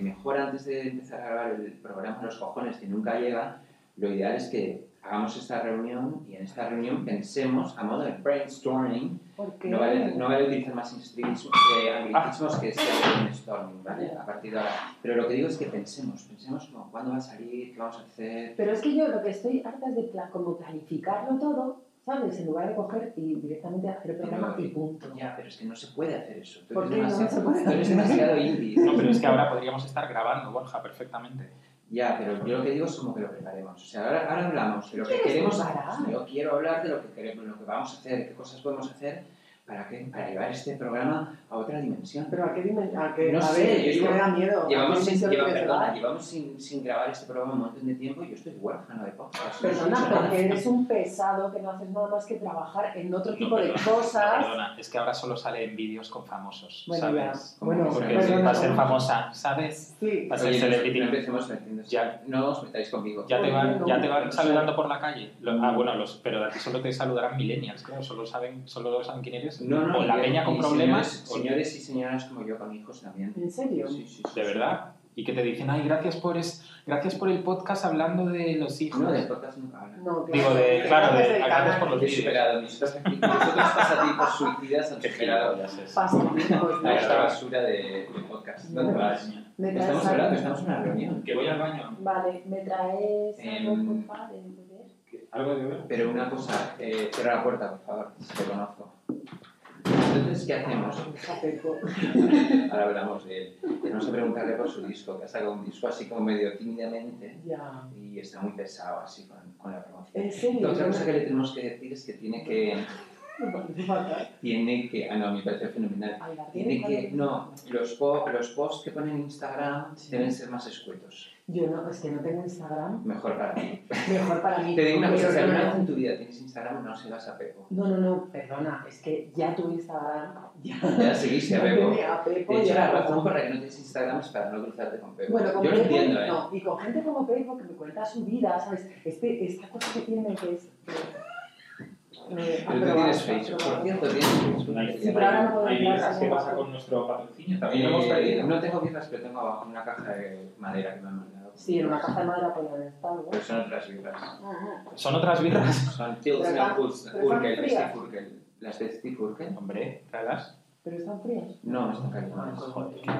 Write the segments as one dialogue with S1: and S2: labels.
S1: mejor antes de empezar a grabar el programa Los Cojones, que nunca llega, lo ideal es que hagamos esta reunión y en esta reunión pensemos a modo de brainstorming.
S2: Porque
S1: No vale, no vale utilizar más instrimismos- eh, anglicismos que sea brainstorming, ¿vale? A partir de ahora. Pero lo que digo es que pensemos, pensemos como cuándo va a salir, qué vamos a hacer.
S2: Pero es que yo lo que estoy harta es de pla- como planificarlo todo, ¿sabes? En lugar de coger y directamente hacer el programa y punto.
S1: Ya, pero es que no se puede hacer eso. Tú
S2: ¿Por
S1: eres,
S2: qué no se
S1: demasiado,
S2: puede?
S1: tú eres demasiado indie.
S3: No, pero es que ahora podríamos estar grabando, Borja, perfectamente.
S1: Ya, pero yo lo que digo es como que lo preparemos. O sea, ahora, ahora hablamos de lo que
S2: ¿Quieres
S1: queremos.
S2: preparar?
S1: Yo quiero hablar de lo que queremos, lo que vamos a hacer, qué cosas podemos hacer para, que, para llevar este programa a otra dimensión.
S4: Pero a qué dimensión, a qué,
S1: No
S4: a
S1: sé,
S4: ver,
S1: yo
S4: es que
S1: llevo-
S4: me da miedo.
S1: Llevamos,
S4: ¿A qué
S1: sin,
S4: dimensión
S1: lleva-
S4: crees que
S1: perdona,
S4: va?
S1: llevamos sin, sin grabar este programa un montón de tiempo y yo estoy huérfano de podcast.
S2: Perdona, porque eres un pesado que no haces nada más que trabajar en otro
S3: No,
S2: tipo de
S3: perdona, No,
S2: cosas.
S3: perdona, es que ahora solo sale en vídeos con famosos,
S4: Bueno,
S3: ¿sabes?
S4: ya. Bueno,
S3: Porque
S1: perdona.
S3: va a ser famosa, ¿sabes?
S4: Sí,
S3: Va a ser
S1: Oye, no,
S3: celebrity.
S1: no empecemos metiéndose.
S3: Ya.
S1: No os metáis conmigo.
S3: Ya te van, ya te
S1: No
S3: van
S1: sé.
S3: saludando por la calle. Lo- ah, bueno, los, pero a ti solo te saludarán millennials, creo. Solo saben, solo saben quién eres.
S1: No, no,
S3: o la
S1: y-
S3: peña con
S1: y
S3: problemas.
S1: Señores,
S3: o-
S1: señores y señoras como yo con hijos también.
S2: ¿En serio?
S1: Sí, sí, sí.
S3: de verdad. Y que te dicen, ay, gracias por, es, gracias por el podcast hablando de los hijos.
S1: No, de podcast nunca hablan.
S2: No, que-
S3: Digo, de, claro, de,
S4: Gracias,
S3: gracias por los
S1: He
S3: vídeos.
S1: superado mis dos Nosotros pasatipos suicidas han
S3: Qué
S1: superado
S3: gilipollas es.
S2: Pasa, Pues
S1: a
S2: hijos.
S1: esta basura de, de podcast. ¿Dónde
S2: No.
S1: vas?
S2: Me traes
S1: Estamos
S2: algo.
S1: hablando, estamos en una reunión.
S3: Que voy al baño.
S2: Vale, me traes algo,
S1: Em,
S2: porfa, de beber.
S3: ¿Algo de beber?
S1: Pero una cosa, eh, cierra la puerta, por favor, si te conozco. Entonces, ¿qué hacemos?
S4: Japeco.
S1: Ahora hablamos de él. Tenemos que preguntarle por su disco, que ha sacado un disco así como medio tímidamente
S4: Ya.
S1: y está muy pesado así con, con la promoción.
S4: En serio.
S1: La otra cosa que le tenemos que decir es que tiene que...
S4: Me parece fatal.
S1: Tiene que... Ah, no, me parece fenomenal.
S2: Ay, la
S1: Tiene
S2: tienes,
S1: que...
S2: vale.
S1: No, los, po- los posts que pone en Instagram
S4: Sí.
S1: deben ser más escuetos.
S2: Yo no, es que no tengo Instagram.
S1: Mejor para ti.
S2: Mejor para mí.
S1: Te digo una cosa,
S2: Pero
S1: si alguna vez
S2: no-
S1: en tu vida tienes Instagram, no sigas a Pepo.
S2: No, no, no, perdona, es que ya tu Instagram. Ya.
S1: Ya seguiste a
S4: No
S1: Pepo.
S4: tiene a Pepo
S1: De
S4: y
S1: hecho, la
S4: a-
S1: razón por la que no tienes Instagram es para no cruzarte con Pepo.
S2: Bueno, con
S1: Yo lo
S2: Pepo,
S1: entiendo, ¿eh?
S2: no, y con gente como Pepo que me cuenta su vida, ¿sabes? Este, esta cosa que tiene que es. eh,
S1: Pero tú
S2: aprobado,
S1: tienes Facebook. Por
S2: aprobado.
S1: cierto, tienes Facebook.
S2: Sí, pero ahora no puedo
S3: Hay
S2: entrar,
S3: libras que
S2: no.
S3: pasa con nuestro patrocinio. También
S1: Eh,
S3: lo hemos perdido.
S1: no tengo birras, pero tengo abajo una caja de madera que me han mandado.
S2: Sí, en una caja de madera por el estado.
S1: Pero son otras birras.
S3: ¿Son otras birras?
S1: Son Pilsner
S2: están-
S1: Pils-
S2: pero están
S1: Urkel,
S2: frías.
S1: Steve Urkel. ¿Las de Steve Urkel?
S3: Hombre, tráelas.
S2: Pero están frías.
S1: No, están
S2: Ah,
S1: calientes.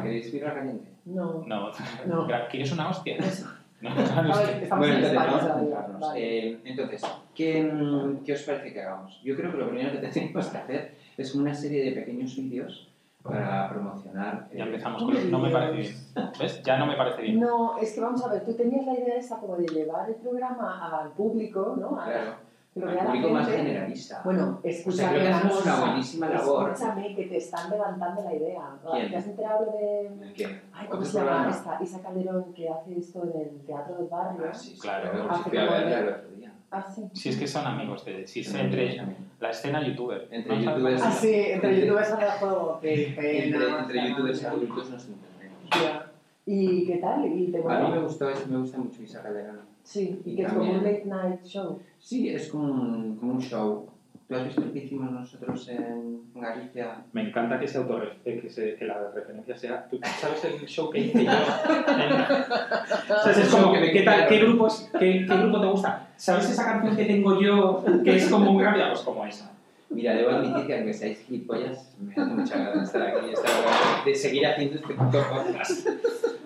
S1: ¿Queréis birra caliente?
S2: No.
S3: No.
S2: No.
S3: ¿Quieres una hostia?
S2: Eso.
S3: No,
S2: A
S3: no,
S2: ver, estamos
S1: bueno,
S2: en
S1: entonces
S2: España
S1: vamos a
S2: todavía,
S1: centrarnos.
S2: vale.
S1: Eh, entonces, ¿qué, mm, qué os parece que hagamos? Yo creo que lo primero que tenemos que hacer es una serie de pequeños vídeos para promocionar. eh,
S3: Ya empezamos con... No me parece bien. ¿Ves? Ya no me parece bien.
S2: No, es que vamos a ver, tú tenías la idea esa como de llevar el programa al público, ¿no? A-
S1: Claro,
S2: lo
S1: al
S2: que a la
S1: público más
S2: gente-
S1: generalista.
S2: Bueno,
S1: o sea,
S2: escúchame
S1: creo que
S2: una
S1: hacemos una
S2: cosa.
S1: buenísima labor.
S2: Escúchame, que te están levantando la idea.
S1: ¿Quién?
S2: ¿Te has enterado de...?
S1: ¿Qué?
S2: Ay, ¿cómo
S1: ¿Otro
S2: se llama
S1: programa?
S2: esta? Isa Calderón, que hace esto en el Teatro del Barrio.
S1: Ah, sí, sí,
S3: Claro.
S1: claro.
S2: Ah,
S1: fui a
S2: pero
S1: verla
S2: bueno.
S1: el otro día.
S2: Ah, sí.
S3: Si es que son amigos de... Si es entre... La escena youtuber.
S1: Entre
S3: ¿No sabes?
S1: youtubers.
S4: Ah, sí, entre youtubers han dejado que pena.
S1: Entre, entre
S4: ya.
S1: youtubers adultos nos entendemos.
S2: Ya. ¿Y qué tal? ¿Y te
S1: A mí
S2: mola?
S1: me gustó, es- me gusta mucho Isa Calderón.
S2: Sí, y
S1: Y
S2: que es como un
S1: también-
S2: late night show.
S1: Sí, es como un, como un show. ¿Tú has visto el que hicimos nosotros en Galicia?
S3: Me encanta que, se autorre- eh, que, se- que la referencia sea. ¿Tú sabes el show que hice yo? En- ¿Sabes? Es como que, ¿qué, tal, qué, grupos, qué, qué grupo te gusta? ¿Sabes esa canción que tengo yo que es como un rabia? Pues como esa.
S1: Mira, debo admitir que aunque seáis gilipollas, me hace mucha gana estar aquí y estar hablando de seguir haciendo este puto podcast.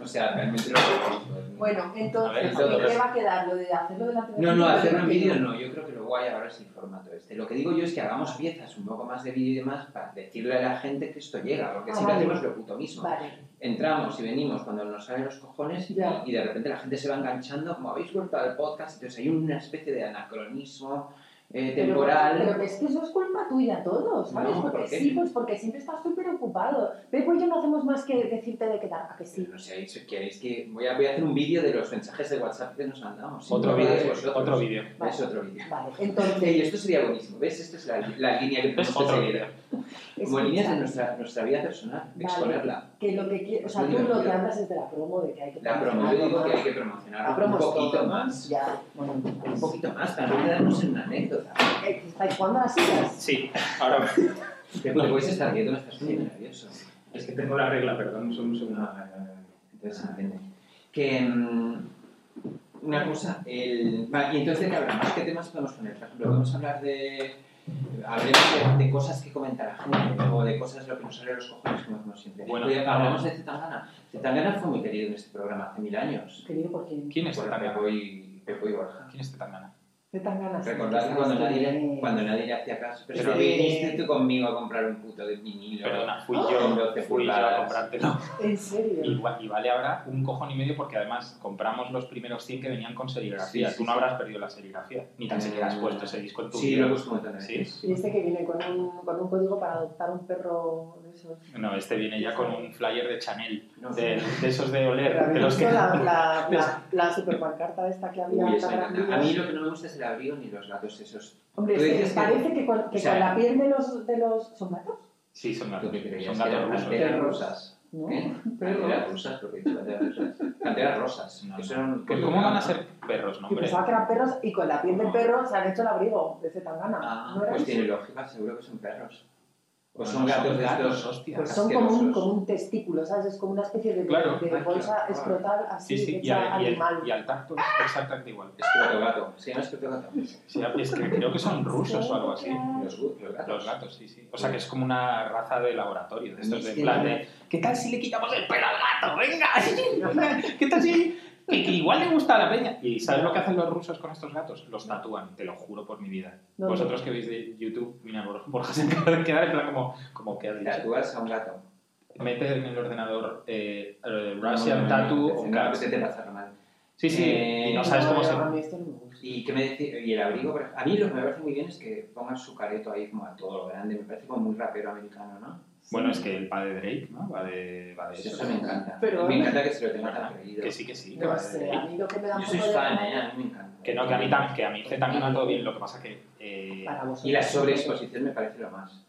S1: O sea, realmente lo recomiendo.
S2: Bueno, entonces,
S1: A ver,
S2: ¿y
S1: entonces-
S2: ¿qué va a quedar? ¿Lo de hacerlo delante de
S1: No, no,
S2: ti?
S1: hacerlo en vídeo no. Yo creo que lo guay ahora es el formato este. Lo que digo yo es que hagamos piezas un poco más de vídeo y demás para decirle a la gente que esto llega, porque
S2: Ah,
S1: si no
S2: vale.
S1: hacemos lo puto mismo.
S2: Vale.
S1: Entramos y venimos cuando nos salen los cojones y,
S2: Ya.
S1: y de repente la gente se va enganchando, como habéis vuelto al podcast, entonces hay una especie de anacronismo eh,
S2: Pero-
S1: temporal.
S2: Pero, es que eso es culpa tuya todos, ¿sabes?
S1: No, ¿por
S2: porque
S1: qué?
S2: sí, pues porque siempre estás súper ocupado. Pepo y yo no hacemos más que decirte de quedar, ¿a que sí?
S1: Pero No sé, si queréis que. Voy a, voy a hacer un vídeo de los mensajes de WhatsApp que nos mandamos.
S3: Otro
S1: Si no lo
S3: vídeo.
S1: hagáis vosotros.
S3: Otro vídeo.
S1: Es otro vídeo.
S2: Vale,
S1: Y
S2: entonces...
S1: esto sería buenísimo. ¿Ves? Esta es la, la línea que
S3: Es
S1: tenemos que
S3: otro
S1: seguir.
S3: vídeo.
S1: Como líneas de
S2: escucha,
S1: nuestra, nuestra vida personal, de
S2: Vale.
S1: exponerla.
S2: que lo que quieres, o sea,
S1: Muy
S2: tú lo que
S1: divertido.
S2: hablas es de la promo, de que hay que
S1: La promo, yo digo que hay que promocionar
S2: La promo
S1: un
S2: es
S1: poquito
S2: todo.
S1: más.
S2: Ya, bueno,
S1: Un poquito más, para no quedarnos en una anécdota.
S2: Eh, ¿Estáis jugando a las sillas?
S3: Sí, ahora. pues,
S1: Te, te puedes estar viendo, me estás muy nervioso.
S3: Es que tengo la regla, perdón, eh, solo un segundo.
S1: Entonces, entonces se entiende. Que. mm, una cosa, el. va, y entonces, ¿de qué hablamos? ¿Qué temas podemos poner? Por ejemplo, podemos hablar de. Hablemos de, de cosas que comenta la gente, o de cosas de lo que nos sale de los cojones, como hacemos siempre.
S3: Bueno.
S1: Oye, hablamos de Zetangana. Zetangana fue muy querido en este programa hace mil años.
S5: Querido, ¿por quién?
S3: ¿Quién es
S1: Por
S3: Tetangana?
S1: Pepo y, Pepo y Borja.
S3: ¿Quién es este Tetangana?
S5: ¿Qué tan ganas?
S1: Recordad que cuando nadie, cuando nadie le hacía caso, pero,
S3: Pero-
S1: si viniste tú conmigo a comprar un puto de vinilo.
S3: Perdona, fui
S1: Ah.
S3: yo,
S1: Doce
S3: fui yo a
S1: pulgadas.
S3: comprártelo.
S2: En
S3: Y,
S2: serio.
S3: gua- y vale ahora un cojón y medio porque además compramos los primeros 100 que venían con serigrafía.
S1: Sí, sí,
S3: Tú no
S1: sí.
S3: habrás perdido la serigrafía. Ni tan
S1: Mm.
S3: siquiera has puesto ese disco en tu
S1: Sí,
S3: vida.
S1: lo he puesto un montón de veces.
S5: Y este que viene con un, con un código para adoptar un perro de esos.
S3: No, este viene ya con un flyer de Chanel.
S1: No,
S3: De, de esos de
S2: Pero
S3: oler. De
S2: habéis
S3: los que...
S2: visto la, la, la, la superpancarta esta que había
S1: Uy, eso me
S2: para
S1: encanta. A
S2: niños?
S1: mí lo que no me gusta es el abrigo ni los gatos esos.
S5: Hombre,
S1: Tú
S5: es que
S1: dices que-
S5: parece que, con, que
S1: o sea,
S5: con la piel de los, de los... ¿Son gatos?
S3: Sí, son
S1: ¿Tú
S3: gatos.
S1: qué creías?
S3: Son
S1: que
S3: gatos
S1: eran
S3: rusos.
S1: Panteras
S2: Perros.
S1: rusas.
S5: ¿No?
S1: ¿Eh?
S5: Perros.
S1: Panteras rusas, porque dicen panteras rusas. Panteras rosas.
S3: No,
S1: que
S3: no.
S1: son-
S3: Pues, ¿Cómo van a ser perros, no,
S2: Y
S3: hombre?
S2: pensaba que eran perros y con la piel del perro se han hecho el abrigo de Zetangana.
S1: Ah,
S2: ¿No era
S1: pues
S2: eso?
S1: tiene lógica, seguro que son perros. O
S3: Bueno,
S1: son gatos de estos.
S3: hostia.
S5: Pues son como un,
S1: asquerosos.
S5: como un testículo, ¿sabes? Es como una especie de,
S3: Claro,
S5: de
S1: ay,
S5: bolsa
S1: claro.
S5: escrotal así
S3: Sí, sí, y
S5: hecha
S3: al, y,
S5: animal.
S3: al, y al tacto es exactamente igual.
S1: Escrotogato. Se llama escrotogato.
S3: Sí, es que creo que son rusos o algo así.
S1: Los, gu- los gatos.
S3: Los gatos, sí, sí. O sea, que es como una raza de laboratorio, de estos de en plan de... ¿Qué tal si le quitamos el pelo al gato? ¡Venga! ¿Qué tal si...? Que, que igual le gusta a la peña. ¿Y sabes lo que hacen los rusos con estos gatos? Los tatúan, te lo juro por mi vida.
S2: No,
S3: Vosotros que veis de YouTube, mira, Bor- Borja se acaba de quedar en plan como... como que has dicho.
S1: Tatúas a un gato.
S3: Mete en el ordenador eh, eh,
S1: No,
S3: Russian
S1: no,
S3: Tattoo
S1: no,
S3: o
S1: no, no,
S3: Cats.
S1: que te pasa, Román.
S3: Sí, sí.
S1: Eh,
S3: y no sabes cómo
S2: no,
S3: se...
S2: A mí esto no me gusta.
S1: ¿Y qué me decía? Y el abrigo, por ej- a mí lo que me parece muy bien es que pongan su careto ahí como a todo lo grande, me parece como muy rapero americano, ¿no?
S3: Bueno, es que el padre de Drake, ¿no? Va de, va de
S1: Eso,
S3: eso.
S1: me encanta.
S2: Pero-
S1: me encanta que se lo tenga
S3: Ajá,
S1: tan creído.
S3: Que sí, que sí. Que va
S2: No
S3: de
S2: sé,
S3: Drake.
S2: a mí lo que me da un
S1: Yo soy
S2: poco de-
S1: fan, ¿eh? A mí me encanta.
S3: Que no, que a mí, tam- que a mí Zetangana todo bien, lo que pasa que... eh,
S2: Para vosotros.
S1: Y pues, la sobreexposición me parece lo más.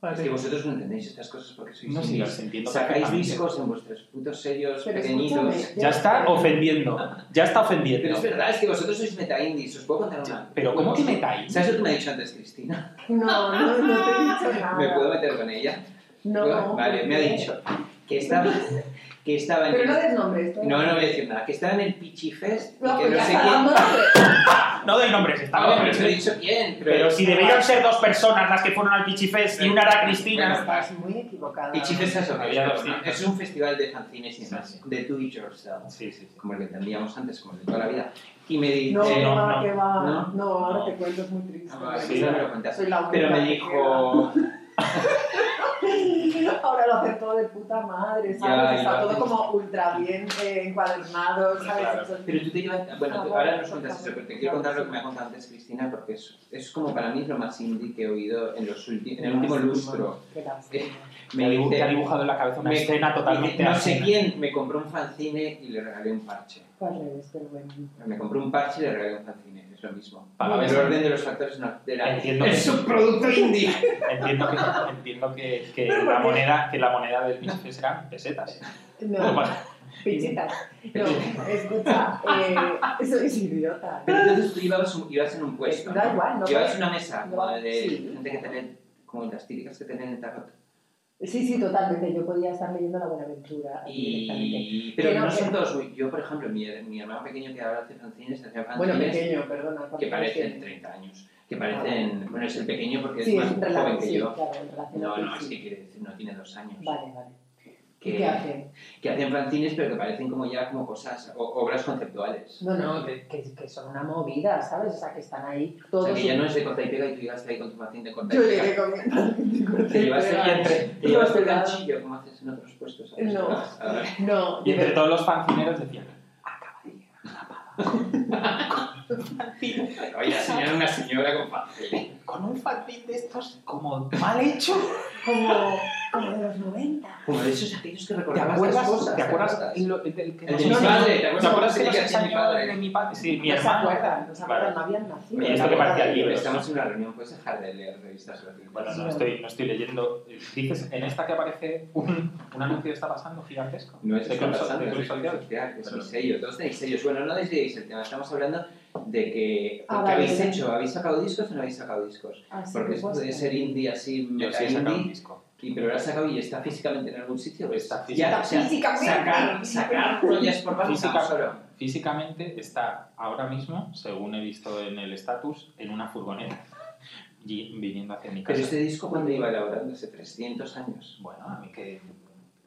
S2: Para
S1: Es
S2: ti.
S1: que vosotros no entendéis estas cosas porque sois
S3: no sé si
S1: indies.
S3: las entiendo
S1: Sacáis
S3: perfectamente.
S1: discos en vuestros putos sellos
S2: Pero
S1: pequeñitos.
S2: escúchame.
S3: Ya está ofendiendo, ya está
S1: Pero
S3: ofendiendo.
S1: es verdad, es que vosotros sois meta-indies. Os puedo contar una.
S3: Pero ¿cómo que metáis?
S1: ¿Sabes lo que me ha dicho antes Cristina?
S2: No, no, no te he dicho nada.
S1: ¿Me puedo meter con ella?
S2: Ah. No.
S1: Vale, me ha dicho que estaba, que estaba en
S2: Pero no des nombres. tú.
S1: No, no voy a decir nada. Que estaba en el Pichifest.
S2: No,
S1: y que
S2: pues
S1: no
S2: ya
S1: sé
S2: está
S1: quién.
S2: dando nombres.
S3: No doy nombres, está
S1: Ah,
S3: bien,
S1: bueno, pero
S3: pero-
S1: se lo he dicho bien. Pero,
S3: Pero si debieron ser dos personas las que fueron al Pichifest y una era Cristina...
S2: Estás muy equivocada.
S1: Pichifest es lo que
S3: Había
S1: es,
S3: dos
S1: ¿no?
S3: citas.
S1: Es un festival de fanzines y
S3: Sí,
S1: demás.
S3: sí.
S1: De do it yourself.
S3: Sí, sí, sí.
S1: Como el que entendíamos antes, como el de toda la vida. Y me dice.
S2: No, que
S3: no,
S2: va,
S3: no.
S2: que va.
S1: Eh, No.
S2: No, ahora
S3: No.
S2: te cuento, es muy triste.
S1: Ah, vale,
S3: Sí.
S1: sí, no me lo cuentas.
S2: Soy la única
S1: Pero me
S2: que
S1: dijo.
S2: queda. Ahora lo hacen todo de puta madre, ¿sabes?
S1: Ya,
S2: Está
S1: ya.
S2: todo como ultra bien eh, encuadernado, ¿sabes?
S3: Claro.
S2: Eso es-
S1: Pero tú te llevas. Bueno, tú- ahora nos cuentas eso, pero te quiero contar lo que me ha contado antes Cristina, porque es, es como para mí es lo más indie que he oído en, los ulti- en el último lustro.
S2: Qué
S1: Eh.
S2: lástima.
S1: Me
S3: Me ha
S1: dice.
S3: dibujado en la cabeza una
S1: me-
S3: escena totalmente...
S1: No sé
S3: ajena.
S1: quién me compró un fanzine y le regalé un parche.
S2: ¿Cuál eres, pero bueno.
S1: Me compré un parche y le regalé un fanzine, es lo mismo.
S3: Para la
S1: el
S3: vez-
S1: orden de los factores no altera.
S3: Entiendo
S1: Es
S3: que-
S1: un producto indie.
S3: Entiendo que, entiendo que, que
S2: Pero ¿por
S3: la
S2: qué?
S3: moneda, que la moneda del Pichifest eran pesetas.
S2: No, pichitas. No, escucha, eh, sois idiota.
S1: Pero entonces tú llevabas, un- ibas en un puesto.
S2: Eh, Da
S1: ¿no?
S2: igual, no
S1: Llevabas
S2: me-
S1: una mesa
S2: no,
S1: como de
S2: sí.
S1: gente que tiene, como las típicas que tienen en tarot.
S2: Sí, sí, totalmente. Yo podía estar leyendo La Buenaventura Ah, directamente.
S1: Y... Pero
S2: Pero
S1: no son
S2: que-
S1: todos. muy- Yo, por ejemplo, mi, mi hermano pequeño que ahora hace fanzines, hacía
S2: Bueno,
S1: fanzines
S2: pequeño, perdona. ¿cuántos
S1: que parecen
S2: tienes?
S1: 30 años. Que parecen. Bueno, es el pequeño porque es
S2: Sí,
S1: más
S2: es en relación,
S1: joven que
S2: sí,
S1: yo.
S2: claro, en relación
S1: No,
S2: a ti,
S1: no, es
S2: sí.
S1: que quiere decir, no tiene dos años.
S2: Vale, vale.
S1: Que,
S2: ¿Qué hacen?
S1: que hacen fanzines, pero que parecen como ya como cosas, o- obras conceptuales.
S2: No, no, que, que son una movida, ¿sabes? O sea, que están ahí
S1: O
S2: todos...
S1: sea, que ya no es de corta y pega y tú llegaste ahí con tu fanzine de corta y
S2: Yo llegué
S1: pega.
S2: con mi...
S1: Te llevaste
S2: Pero-
S1: el entre- te
S2: No,
S1: llevaste el
S2: pero-
S1: ganchillo, como haces en otros puestos. ¿sabes?
S2: No.
S1: A ver.
S2: No,
S3: Y
S2: de
S3: entre
S2: verdad.
S3: todos los fanzineros decían...
S1: Oye, la señora una señora con fanzine.
S3: Con un fanzine de estos como mal hecho.
S2: Como, como de los 90.
S1: Como de esos aquellos que
S3: ¿Te
S1: recordabas las
S3: acuerdas?
S1: cosas. ¿eh?
S3: ¿Te acuerdas?
S1: acuerdas?
S3: El, el- el que
S1: El
S3: nos
S1: de mi
S3: enseñó-
S1: padre, ¿te acuerdas?
S3: ¿Te acuerdas que
S1: El
S3: nos
S1: que hacía mi
S3: enseñó
S1: padre.
S3: de mi padre? Sí, mi
S2: no se
S3: hermano.
S2: acuerdan, no se acuerdan,
S3: Vale.
S2: no habían nacido.
S1: Oye,
S3: esto que parecía
S1: estamos-
S3: libros.
S1: Estamos en una reunión, puedes dejar de leer revistas gratuitas.
S3: Bueno, no estoy, no estoy leyendo. Dices, en esta que aparece un, un anuncio que está pasando gigantesco.
S1: No es
S3: de
S1: que
S3: Club
S1: pasando, es
S3: Social- de Club
S1: social,
S3: Social.
S1: que es un
S3: Perdón.
S1: sello, todos tenéis sellos. Bueno, no desviéis el tema, estamos hablando de que
S2: Ah,
S1: ¿qué
S2: vale,
S1: habéis
S2: vale.
S1: hecho, ¿habéis sacado discos o no habéis sacado discos?
S2: Así
S1: Porque
S2: que
S1: puede
S2: pues,
S1: ser indie así,
S3: Yo
S1: meta
S3: sí he sacado un
S1: indie,
S3: disco.
S1: Y pero lo has sacado y está físicamente en algún sitio. pues,
S3: Está
S1: ya, o sea,
S2: físicamente.
S1: Sacar, sacar rollas por banda.
S3: Física-
S1: solo.
S3: Físicamente está ahora mismo, según he visto en el estatus, en una furgoneta y viniendo hacia mi
S1: Pero
S3: casa.
S1: este disco cuando iba elaborándose, 300 años.
S3: Bueno, a mí que...
S2: este-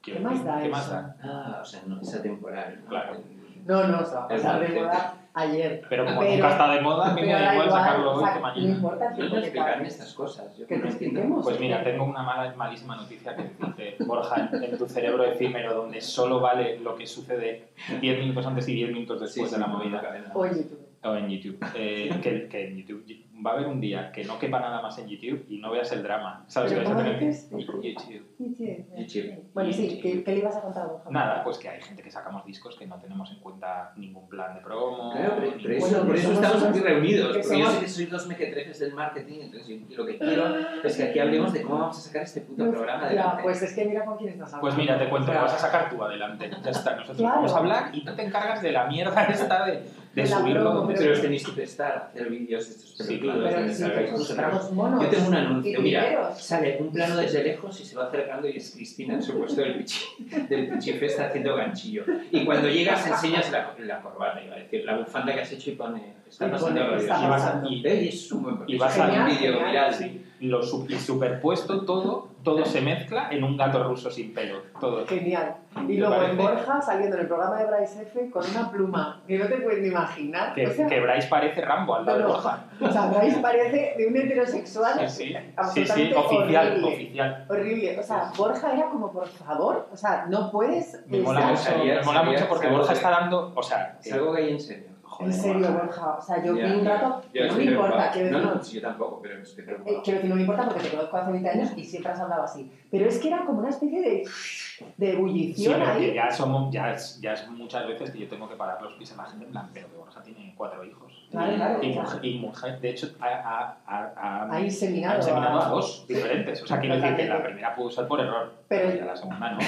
S2: ¿Qué más da
S3: ¿Qué
S2: eso?
S3: más da?
S1: Ah, o sea, no es atemporal. ¿no?
S3: Claro.
S1: El-
S2: No, no, se va a pasar de moda ayer.
S3: Pero como
S2: Pero-
S3: nunca está de moda, me
S2: Pero
S3: da
S2: da
S3: igual sacarlo hoy
S2: o sea,
S3: que
S2: No
S3: mañana.
S2: importa
S1: Yo
S2: si
S1: no
S2: pone
S1: explicarme
S2: padres.
S1: estas cosas. Yo
S2: Que
S1: no
S2: te
S1: entiendo.
S2: expliquemos.
S3: Pues mira, tengo una mala, malísima noticia que dice Borja en tu cerebro efímero, donde solo vale lo que sucede 10 minutos antes y 10 minutos después de la movida.
S2: O en YouTube.
S3: O en YouTube. Eh, que, que en YouTube va a haber un día que no quepa nada más en YouTube y no veas el drama. ¿Sabes?
S2: ¿Pero
S3: Que vais a
S2: cómo
S3: tener-
S2: dices?
S3: YouTube.
S2: Sí, sí.
S1: YouTube.
S2: Bueno, sí, ¿qué, qué le ibas a contar, Borja?
S3: Nada, pues que hay gente que sacamos discos que no tenemos en cuenta ningún plan de promo.
S1: Claro, pero, pero
S3: ningún-
S1: eso,
S2: Bueno,
S1: por eso
S2: somos
S1: estamos
S2: unos-
S1: aquí reunidos.
S2: que
S1: Porque yo
S2: somos-
S1: sé que sois los mequetrefes del marketing, entonces yo- lo que quiero es que aquí hablemos de cómo vamos a sacar este puto programa
S2: Ah. Ya,
S1: adelante.
S2: pues es que mira con quién estás hablando.
S3: Pues mira, te cuento,
S2: O sea,
S3: lo vas a sacar tú adelante. Ya está, nosotros
S2: Claro.
S3: vamos a hablar y tú te encargas de la mierda esta de, de
S2: De la
S3: subirlo.
S2: promo,
S3: donde
S1: Pero os tenéis que prestar a hacer vídeos de estos
S3: Sí,
S1: pelotudos,
S3: claro,
S1: de
S2: Pero sí,
S1: sacar
S2: que
S1: cosas.
S2: compramos monos.
S1: Yo tengo un anuncio,
S2: y
S1: mira.
S2: tijeros.
S1: Sale un plano desde lejos y se va acercando y es Cristina en su puesto del pichi, del pichife está haciendo ganchillo. Y cuando llegas enseñas la, la corbata, iba a decir, la bufanda que has hecho y pone, está
S2: Y
S1: pasando
S2: pone,
S1: algo.
S2: está
S3: Y vas a-
S2: pasando.
S3: y-
S1: Ey, es un buen-
S3: y vas
S1: es un
S2: a-
S1: vídeo
S2: genial,
S1: viral.
S3: lo su- y superpuesto todo, todo se mezcla en un gato ruso sin pelo. Todo.
S2: Genial. Y
S3: ¿Te
S2: luego
S3: parece?
S2: en Borja saliendo en el programa de Bryce F con una pluma que no te puedes ni imaginar.
S3: Que,
S2: o sea,
S3: que Bryce parece Rambo al lado de
S2: No, no.
S3: Borja.
S2: o sea, Bryce parece de un heterosexual
S3: Sí, sí, sí,
S2: absolutamente
S3: sí, oficial,
S2: horrible.
S3: oficial.
S2: horrible. O sea, Borja era como, por favor, o sea, no puedes.
S3: Me mola,
S2: estar-
S3: mucho,
S1: Salía-
S3: me mola
S1: salía-
S3: mucho porque
S1: salía-
S3: Borja está dando. O sea,
S1: Es
S3: eh,
S1: algo que hay en serio.
S3: joder,
S2: En serio,
S3: Borja.
S2: Borja. O sea, yo
S1: Ya,
S2: vi un
S1: ya.
S2: rato.
S1: Ya,
S2: no
S1: estoy
S2: me importa,
S1: preocupado.
S2: quiero decir.
S1: No, no, sí, yo tampoco, pero estoy
S2: Eh,
S1: preocupado.
S2: quiero decir, no me importa porque te conozco hace 20 años y siempre has hablado así. Pero es que era como una especie de, de
S3: Sí,
S2: ebullición
S3: pero que
S2: ahí.
S3: ya, somos, ya, es, ya es muchas veces que yo tengo que parar los pies a la gente en plan, pero que Borja tiene cuatro hijos.
S2: Claro, claro,
S3: Y
S2: o sea,
S3: mujer, y mujer, de hecho, ha, ha, ha- ha-
S2: ahí
S3: ha
S2: seminado.
S3: inseminado
S2: a-
S3: a dos diferentes. O sea, quiero decir que la primera pudo ser por error, pero
S2: Pero-
S3: ya la segunda no. La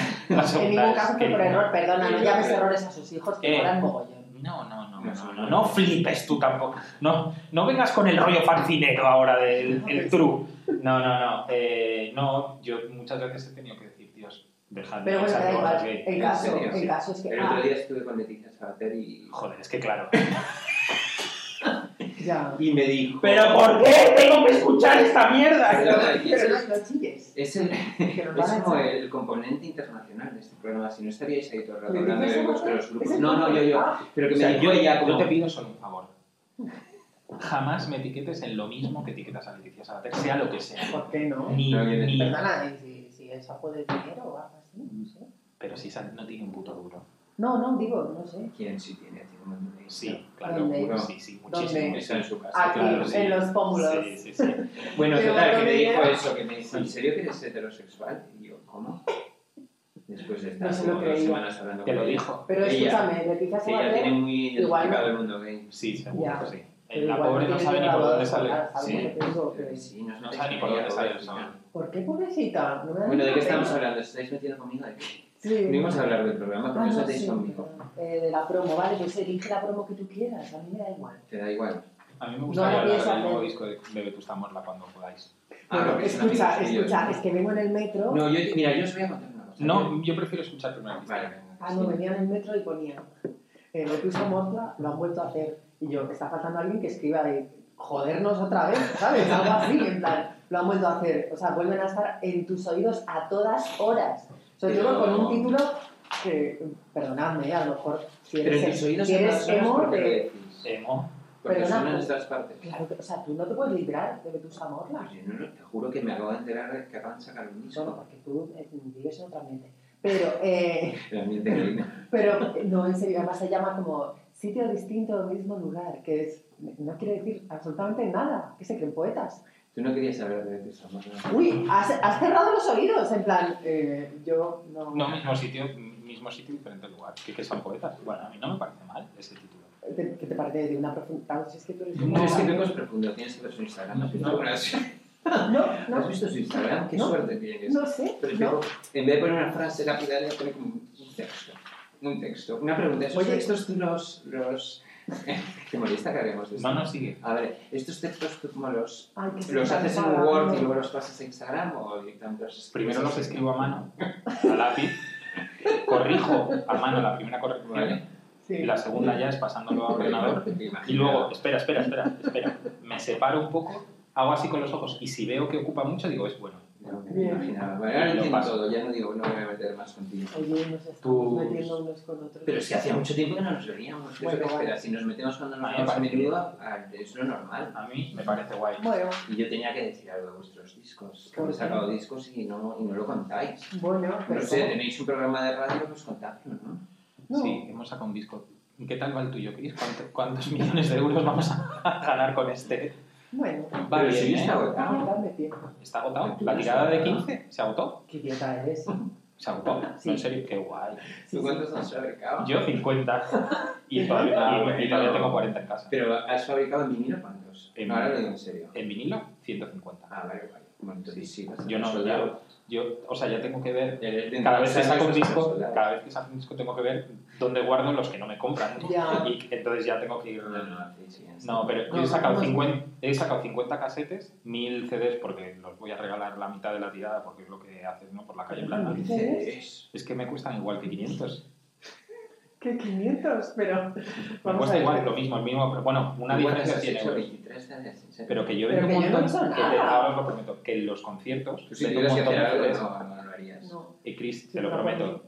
S2: En
S3: segunda
S2: ningún
S3: es
S2: caso
S3: que
S2: fue por error, perdona, no
S1: Sí,
S2: llames
S1: pero-
S2: errores a sus hijos que
S3: Eh.
S2: moran mogollón.
S3: No, no, no,
S1: No,
S3: no,
S1: sí,
S3: no,
S1: no.
S3: no flipes tú tampoco. No, no vengas con el rollo fancinero ahora del el true. No, no, no. Eh, no, yo muchas veces he tenido que decir, Dios, dejadme
S2: Pero bueno,
S3: esas
S2: da
S3: cosas
S2: igual. eh".
S3: gay.
S2: El
S1: en
S2: caso,
S1: serio, sí.
S2: el caso es que.
S1: El
S2: ah,
S1: otro día estuve con Leticia Sabater y,
S3: Joder, es que claro.
S2: ah, ya.
S1: y me dijo...
S3: qué tengo que escuchar esta mierda?
S1: Perdona, y es-
S2: Pero no, no chilles.
S1: Es, el,
S2: Que nos
S1: es
S2: van a
S1: como
S2: echar.
S1: el componente internacional de este programa. Si no estaríais ahí todo el rato
S2: ¿Me
S1: hablando
S2: dices
S1: de
S2: algo?
S1: vuestros
S2: ¿Es
S1: grupos.
S2: el
S1: No, no, yo, yo.
S2: Ah,
S1: Pero que
S3: O sea,
S1: me dijo
S3: yo,
S1: ella
S3: yo
S1: como...
S3: te pido solo un favor. Jamás me etiquetes en lo mismo que etiquetas a Leticia Sabater, sea lo que sea.
S2: ¿Por qué no?
S3: Ni,
S1: Pero bien,
S3: ni-
S2: Perdona, y si, si es algo de dinero o algo así, no sé.
S3: pero si esa no tiene un puto duro.
S2: No, no, digo, no sé.
S1: ¿Quién sí tiene? Tiene un montón de
S3: Sí, claro.
S2: ¿Dónde?
S3: Sí, sí,
S2: ¿Dónde?
S3: muchísimo.
S1: Está en su casa.
S2: Aquí,
S3: claro, sí.
S2: en los pómulos.
S3: Sí, sí, sí.
S1: Bueno,
S2: Pero
S1: total, que
S2: bueno,
S1: me dijo
S2: mira.
S1: eso, que me dijo, ¿en serio que eres heterosexual? Y yo, ¿cómo? Después de estar
S2: No se lo
S1: como dos
S2: creía.
S1: semanas hablando
S3: Te
S1: con
S3: lo
S1: ella.
S3: dijo.
S2: Pero
S1: Ella.
S2: escúchame, Leticia
S1: Que ella tiene
S2: Sabater.
S1: muy
S2: Igual
S1: identificado el mundo gay.
S3: Sí, seguro
S2: Ya.
S3: que sí.
S2: pero
S3: la
S2: eh, igual
S3: pobre no
S2: tiene
S3: sabe ni por
S2: nada,
S3: dónde sale.
S2: claro, ¿sabes
S3: Sí.
S2: lo que te digo? Pero-
S1: Sí, nos
S3: No
S1: metéis
S3: sabe ni
S1: en
S3: por dónde
S1: ella,
S3: sale.
S1: joder,
S3: no.
S1: no.
S2: ¿Por qué pobrecita? No me da
S1: Bueno, ¿de
S2: ni
S1: qué estamos
S2: pena.
S1: hablando? ¿Estáis metiendo conmigo? ¿De qué?
S2: Sí.
S1: Venimos a hablar del programa, pero
S2: Ah,
S1: no os
S2: no,
S1: metéis
S2: sí,
S1: conmigo.
S2: eh, de la promo, vale, pues elige la promo que tú quieras, a mí me da igual.
S1: Te da igual.
S3: A mí me
S2: No
S3: gustaría
S2: lo
S3: hablar
S2: pienso
S3: del nuevo
S2: hacer.
S3: disco de, de Vetusta Morla cuando jugáis.
S1: Ah, no, que son
S2: escucha,
S1: amigos
S2: escucha,
S1: tuyos.
S2: es que vengo en el metro.
S1: No, yo, mira, yo os voy a contar una cosa.
S3: No,
S1: Yo-
S3: yo prefiero escuchar primero el disco.
S1: Vale, venga.
S2: Ah, no, venía en el metro y ponía. Eh, lo que usa Mozla lo han vuelto a hacer. Y yo, está faltando alguien que escriba de jodernos otra vez, ¿sabes? Algo así, en plan, lo han vuelto a hacer. O sea, vuelven a estar en tus oídos a todas horas. Sobre todo
S1: Pero-
S2: con un título que, perdonadme, a lo mejor si
S1: Pero
S2: eres,
S1: en tus oídos
S2: si
S1: son
S2: eres
S1: las horas
S2: emo,
S1: porque lo
S2: te-
S1: decís.
S3: Emo.
S1: Porque
S2: Perdona.
S1: son en nuestras partes.
S2: Claro, que- o sea, tú no te puedes librar de Vetusta Morla.
S1: Oye, no, no, te juro que me acabo de enterar de que acaban de sacar un
S2: Bueno,
S1: disco.
S2: porque tú eh, vives en otra mente. Pero, eh,
S1: Realmente increíble.
S2: pero eh, no, en serio, además se llama como sitio distinto, mismo lugar, que es, no quiere decir absolutamente nada. ¿Qué se creen poetas?
S1: Tú no querías hablar de tus amores.
S2: Uy, has, has cerrado los oídos, en plan, eh, yo no.
S3: No, mismo sitio, mismo sitio, diferente lugar. ¿Qué, que son poetas? Bueno, a mí no me parece mal ese título.
S2: ¿Te- ¿Qué te parece de una profundidad? Si es que tú eres
S1: No,
S2: un-
S1: es que no es profundo, tienes que ver su Instagram. ¿Has visto,
S3: No.
S1: alguna vez?
S2: No,
S1: ¿Has
S2: no,
S1: visto su Instagram? Qué
S2: No.
S1: suerte tienes.
S2: no sé.
S1: Pero
S2: no.
S1: luego, en vez de poner una frase lapidaria, pone como un texto. Un texto. Una pregunta. ¿Esos
S2: Oye.
S1: textos tú los, los Qué molesta que haremos de esto.
S3: No, no, sigue.
S1: A ver, estos textos tú cómo los,
S2: Ay, que
S1: los
S2: estoy
S1: haces en
S2: cansada,
S1: Word
S2: no.
S1: y luego los pasas a Instagram o directamente los
S3: Primero los escribo a mano, a lápiz. Corrijo a mano la primera corrección.
S1: Vale.
S2: Sí.
S3: Y la segunda ya es pasándolo a ordenador. Y luego, espera, espera, espera, espera. Me separo un poco, hago así con los ojos y si veo que ocupa mucho, digo, es bueno.
S1: No me
S2: Bien.
S1: imaginaba. Vale, ahora
S3: Lo
S1: entiendo
S3: paso.
S1: todo, ya no digo, no me voy a meter más contigo.
S2: Oye, nos estamos
S3: Tus-
S2: metiendo unos con otros.
S1: Pero es que hacía mucho tiempo que no nos veíamos.
S2: Bueno,
S1: Espera,
S2: vale.
S1: si nos metemos cuando nos
S3: Vale,
S1: vemos a
S3: vale.
S1: menudo, ah, es lo normal.
S3: A mí me parece guay.
S2: Bueno,
S1: Y yo tenía que decir algo de vuestros discos. Que
S2: ¿Por
S1: habéis
S2: qué?
S1: sacado discos y no, y no lo contáis.
S2: bueno, pues,
S1: No
S2: pero
S1: sé, tenéis un programa de radio, pues contadlo, ¿no?
S2: No.
S3: Sí, hemos sacado un disco. ¿Qué tal va el tuyo, Cris? ¿Cuánto- ¿Cuántos millones de euros vamos a ganar con este?
S2: bueno,
S3: Va
S1: Pero
S3: bien,
S1: sí,
S3: ¿eh?
S1: está agotado.
S2: dame tiempo.
S3: ¿Está agotado? ¿La tirada de 15? ¿Se agotó?
S2: Qué idiota eres.
S3: ¿Se agotó? No,
S2: Sí.
S3: en serio, qué guay.
S2: Sí,
S1: ¿Tú cuántos
S2: sí.
S1: has fabricado?
S3: Yo 50 y todavía,
S1: Ah,
S3: y- y todavía
S1: bueno.
S3: tengo 40 en casa.
S1: Pero has fabricado en vinilo cuántos?
S3: En
S1: Ahora lo
S3: vinilo.
S1: digo en serio.
S3: En vinilo, 150.
S1: Ah, vale, vale. Bueno, entonces sí, vas a
S3: Yo no,
S1: soldado.
S3: yo, yo, o sea, ya tengo que ver,
S1: Eh,
S3: cada vez que
S1: entonces
S3: saco un
S1: vas a
S3: disco,
S1: soldado.
S3: cada vez que saco un disco tengo que ver dónde guardo los que no me compran.
S2: Ya.
S3: Y entonces ya tengo que ir...
S1: No, no, sí, sí, sí.
S3: No, pero yo he
S2: No,
S3: sacado,
S2: no, no.
S3: 50, he sacado 50 casetes, 1000 CDs, porque los voy a regalar la mitad de la tirada, porque es lo que haces, ¿no? Por la calle en plan,
S2: ¿Qué
S1: CDs.
S3: Es que me cuestan igual que 500.
S2: ¿Qué 500? Pero.
S3: Me
S2: Vamos
S3: cuesta
S2: a ver.
S3: igual, lo mismo, el mismo, pero bueno, una
S1: ¿Cuántos
S3: diferencia
S1: has
S3: tiene
S1: hecho?
S3: euros.
S1: 23 CDs, en serio.
S3: Pero que yo
S2: Pero
S3: vendo un
S2: que yo no
S3: montón,
S2: he hecho
S3: que te-
S2: nada.
S3: ahora os lo prometo, que en los conciertos
S1: Tú si
S3: vendo un
S1: tuvieras que
S3: montón
S1: hacer
S3: de
S1: algo,
S3: CDs.
S1: no, no lo harías.
S2: No.
S3: Y Chris,
S2: Sí,
S3: te lo
S2: claro.
S3: prometo.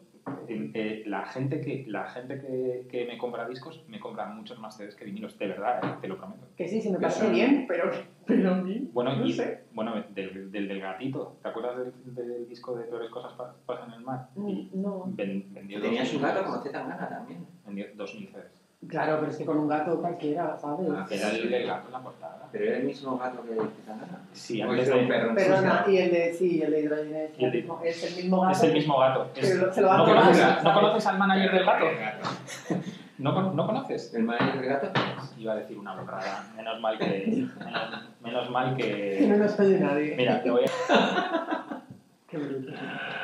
S3: eh, eh, la gente, que, la gente que, que me compra discos me compra muchos más CDs que vinilos, de verdad, eh, te lo prometo.
S2: Que sí, sí me
S1: Que
S2: parece
S1: son-
S2: bien, pero. Pero a mí.
S3: Bueno,
S2: No
S3: y
S2: sé.
S3: bueno, del, del, del gatito, ¿te acuerdas del, del disco de Peores Cosas pa- Pasan en el Mar?
S2: Mm.
S3: Y
S2: No.
S3: ven- vendió
S1: Tenías
S3: 2000
S1: un gato
S3: CDs,
S1: como Zetangana también.
S3: Vendió 2000 CDs.
S2: Claro, pero es que con un gato cualquiera, ¿sabes?
S1: Ah,
S3: Era el del gato en la portada.
S1: Pero era el mismo gato que Zetangana.
S3: Sí,
S1: O
S3: antes
S1: era un
S3: de,
S1: perro.
S2: Perdona,
S1: sí,
S2: y el de. Sí, el de hidrogenés.
S3: Y el de-
S2: Es el mismo gato.
S3: es el mismo gato. es-
S2: Pero se lo van
S3: ¿no,
S2: a robar,
S3: conoces,
S2: ¿sabes?
S3: ¿No conoces al manager del gato?
S1: El gato.
S3: ¿No, con- no conoces?
S1: El manager del gato.
S3: Iba a decir una borrada. Menos mal que... Menos, menos mal
S2: Que no
S3: que...
S2: nos oye nadie.
S3: Mira, te voy a...
S2: Qué bruto.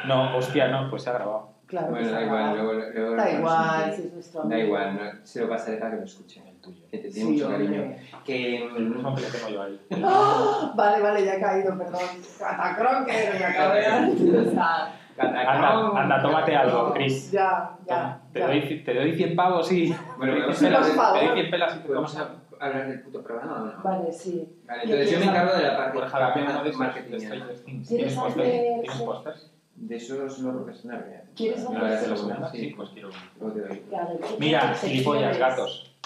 S3: No, hostia, no, pues se ha grabado.
S2: Claro. que
S1: Bueno, da
S2: se
S1: igual,
S2: acaba.
S1: luego, luego lo
S2: Da
S1: pones
S2: igual,
S1: aquí.
S2: si es nuestro
S1: Da
S2: amigo.
S1: igual, no- se lo pasaré para que lo escuchen.
S3: El tuyo.
S1: Que te tiene
S2: Sí,
S1: mucho cariño.
S2: hombre.
S1: Que,
S3: El
S1: mm,
S3: mismo que le tengo yo ahí.
S2: ¡Ah! Vale, vale, ya he caído, perdón. Catacroque, me acabo de asustar.
S3: Anda, anda, tómate algo, Chris.
S2: Ya, ya.
S3: Toma, te,
S2: ya.
S3: doy, te doy 100 pavos y.
S1: Bueno,
S3: te doy
S1: vamos
S3: 100
S1: a
S3: pelas-
S2: hablar de-
S3: te doy 100 pelas y te
S1: ¿Podemos
S3: tomas
S1: a- hablar del puto programa o no?
S6: Vale, sí.
S1: Vale, entonces yo me encargo de la parte
S3: por jalapeno uno de esos de
S1: marketing.
S3: Stranger
S6: ¿Quieres
S3: Things. ¿Tienes pósters?
S6: hacer-
S3: ¿Tienes pósters?
S1: De esos no ¿eh? lo que es una realidad.
S6: ¿Quieres
S1: Ahora
S6: hacer-
S1: te lo
S3: ¿Tienes
S1: juro,
S3: pósters? Sí,
S1: Sí,
S3: pues quiero. uno.
S1: luego te doy.
S6: Y a ver, ¿qué
S3: Mira,
S6: otras
S3: gilipollas,
S6: secciones?
S3: gatos.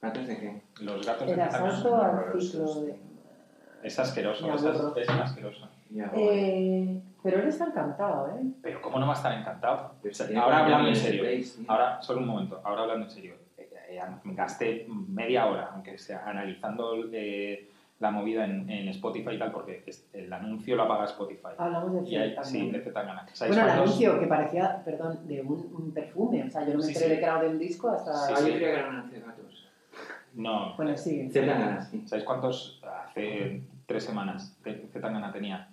S1: ¿Antes de qué?
S3: Los gatos de
S2: Era
S3: Zara.
S2: salto al ciclo de.
S3: Es asqueroso,
S2: Me
S3: es,
S2: aburro.
S3: as- es asqueroso.
S1: Ya, bueno.
S2: Eh, pero él está encantado, ¿eh?
S3: Pero ¿cómo no va a estar encantado?
S1: Pero
S3: O sea,
S1: sería
S3: ahora
S1: Pues, como
S3: hablando en
S1: Place,
S3: serio.
S1: tío.
S3: Ahora, solo un momento, ahora hablando en serio. Eh, eh, me gasté media hora, aunque sea, analizando eh, la movida en, en Spotify y tal, porque es- el anuncio lo apaga Spotify.
S2: Hablamos de
S3: Y hay,
S2: Zoltán,
S3: sí,
S2: ¿no?
S3: de Zetangana. ¿Sabéis
S2: Ah, Bueno, el
S3: cuántos?
S2: anuncio que parecía, perdón, de un, un perfume. O sea, yo no me
S3: Sí,
S2: enteré
S3: sí.
S2: de que era de un disco hasta.
S3: Sí,
S1: Ah,
S3: sí.
S1: yo creía que eran antes gatos.
S3: No.
S2: Bueno, sigue.
S1: Tendrán ganas, sí.
S3: ¿Sabéis cuántos hace tres semanas Te- Zetangana tenía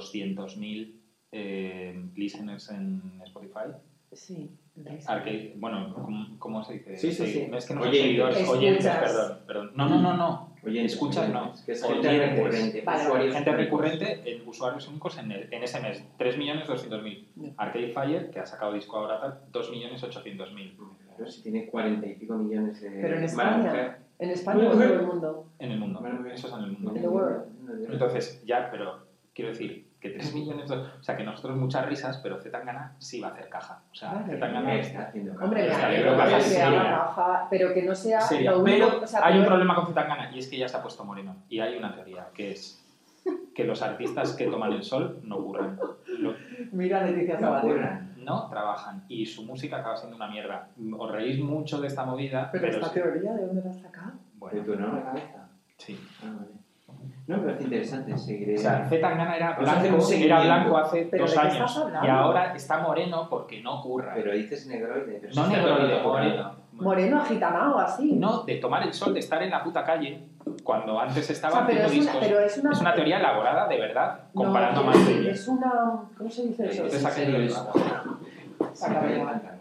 S3: 3.200.000 eh, listeners en Spotify?
S2: Sí. ¿ves?
S3: Arcade, bueno, ¿cómo, cómo se dice?
S1: Sí, sí, sí.
S3: No es que no son
S1: Oyentes.
S3: seguidores,
S2: Escuchas.
S3: oyentes, perdón, perdón. No, no, no, no.
S1: Oye,
S3: Escuchas, no.
S1: Es que es
S3: Oyentes.
S1: gente recurrente.
S2: Vale,
S1: usuarios
S3: Gente
S1: únicos.
S3: recurrente en usuarios únicos en, el- en ese mes, 3.200.000.
S2: Bien.
S3: Arcade Fire, que ha sacado disco ahora, tal, 2.800.000
S1: Pero si tiene cuarenta y pico millones de.
S2: Pero en
S1: Mala
S2: España.
S1: mujer.
S2: En España, en todo el mundo.
S3: en el mundo.
S1: Bueno, bien.
S3: Eso es en el mundo.
S2: the world.
S3: Entonces, ya, pero quiero decir que 3 millones de... O sea, que nosotros muchas risas, pero Zetangana sí va a hacer caja. O sea,
S2: Vale.
S3: Zetangana
S1: Eh,
S3: es
S1: está haciendo caja.
S2: Hombre, me
S3: Está
S2: alegro
S3: bien,
S2: que
S3: vale,
S2: sea
S3: sí.
S2: una caja, pero que no sea
S3: seria.
S2: lo único.
S3: Pero
S2: o sea,
S3: hay un
S2: peor-
S3: problema con Zetangana y es que ya se ha puesto moreno. Y hay una teoría que es que los artistas que toman el sol no curran, Lo-
S2: Mira, Leticia
S1: No
S2: Sabater.
S1: ocurran.
S3: no trabajan y su música acaba siendo una mierda. Os reís mucho de esta movida,
S2: Pero,
S3: pero,
S2: esta
S3: sí-
S2: teoría, ¿de dónde la has sacado?
S1: De tu
S3: bueno,
S1: enorme cabeza.
S3: sí.
S1: Ah, vale. No, pero es interesante, seguiré.
S3: O sea, Zetangana era
S1: O sea, hace
S3: blanco,
S1: un
S3: era
S1: seguimiento.
S3: blanco hace
S2: Pero
S3: dos
S2: ¿de qué estás
S3: años y
S2: hablando?
S3: ahora está moreno porque no curra.
S1: pero dices negroide. pero
S3: no
S1: si está
S3: negro
S1: todo currado.
S3: moreno.
S2: Moreno agitanado, así.
S3: No, de tomar el sol, de estar en la puta calle, cuando antes
S2: O
S3: estaba
S2: sea, pero,
S3: haciendo
S2: es una,
S3: discos.
S2: pero es una.
S3: Es una teoría elaborada, de verdad,
S2: No,
S3: comparando
S2: quiero
S3: más de
S2: decir,
S3: ellos.
S2: Es una. ¿Cómo se dice
S1: Eh,
S2: eso?
S3: Entonces,
S1: sí,
S3: saqué
S1: sí,
S3: yo
S1: sí.
S3: eso.
S1: Saca
S2: Saca
S1: el
S2: el
S1: pantalón.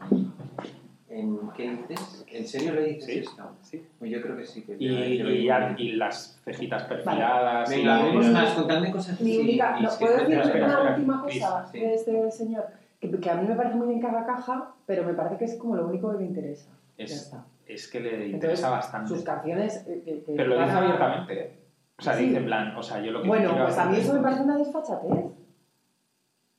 S1: en- ¿Qué dices? ¿En serio le dices
S3: Sí,
S1: esto?
S3: sí.
S1: Pues yo creo que sí. Que
S3: Y,
S1: yo lo
S3: y,
S1: digo.
S3: y las cejitas perfiladas. y
S1: Venga,
S3: la-
S1: hablemos más, contadme cosas
S6: Mi
S1: así,
S6: única,
S1: y
S6: no,
S1: es que
S6: ¿puedo
S1: no
S6: decir
S1: te
S3: espera,
S1: la-
S6: una
S3: espera,
S6: última
S3: Cris,
S6: cosa
S1: sí.
S6: de este señor? Que, que a mí me parece muy bien que haga caja, pero me parece que es como lo único que le interesa. ya
S3: Es,
S6: está.
S3: es que le interesa bastante.
S2: Sus canciones. eh, que- que
S3: Pero lo
S2: van
S3: dice
S2: a-
S3: abiertamente, ¿eh? O sea,
S2: Sí.
S3: dice en plan, o sea, yo lo que
S2: Bueno,
S3: quiero
S2: pues a
S3: hacer
S2: mí eso me
S3: es-
S2: parece una desfachatez.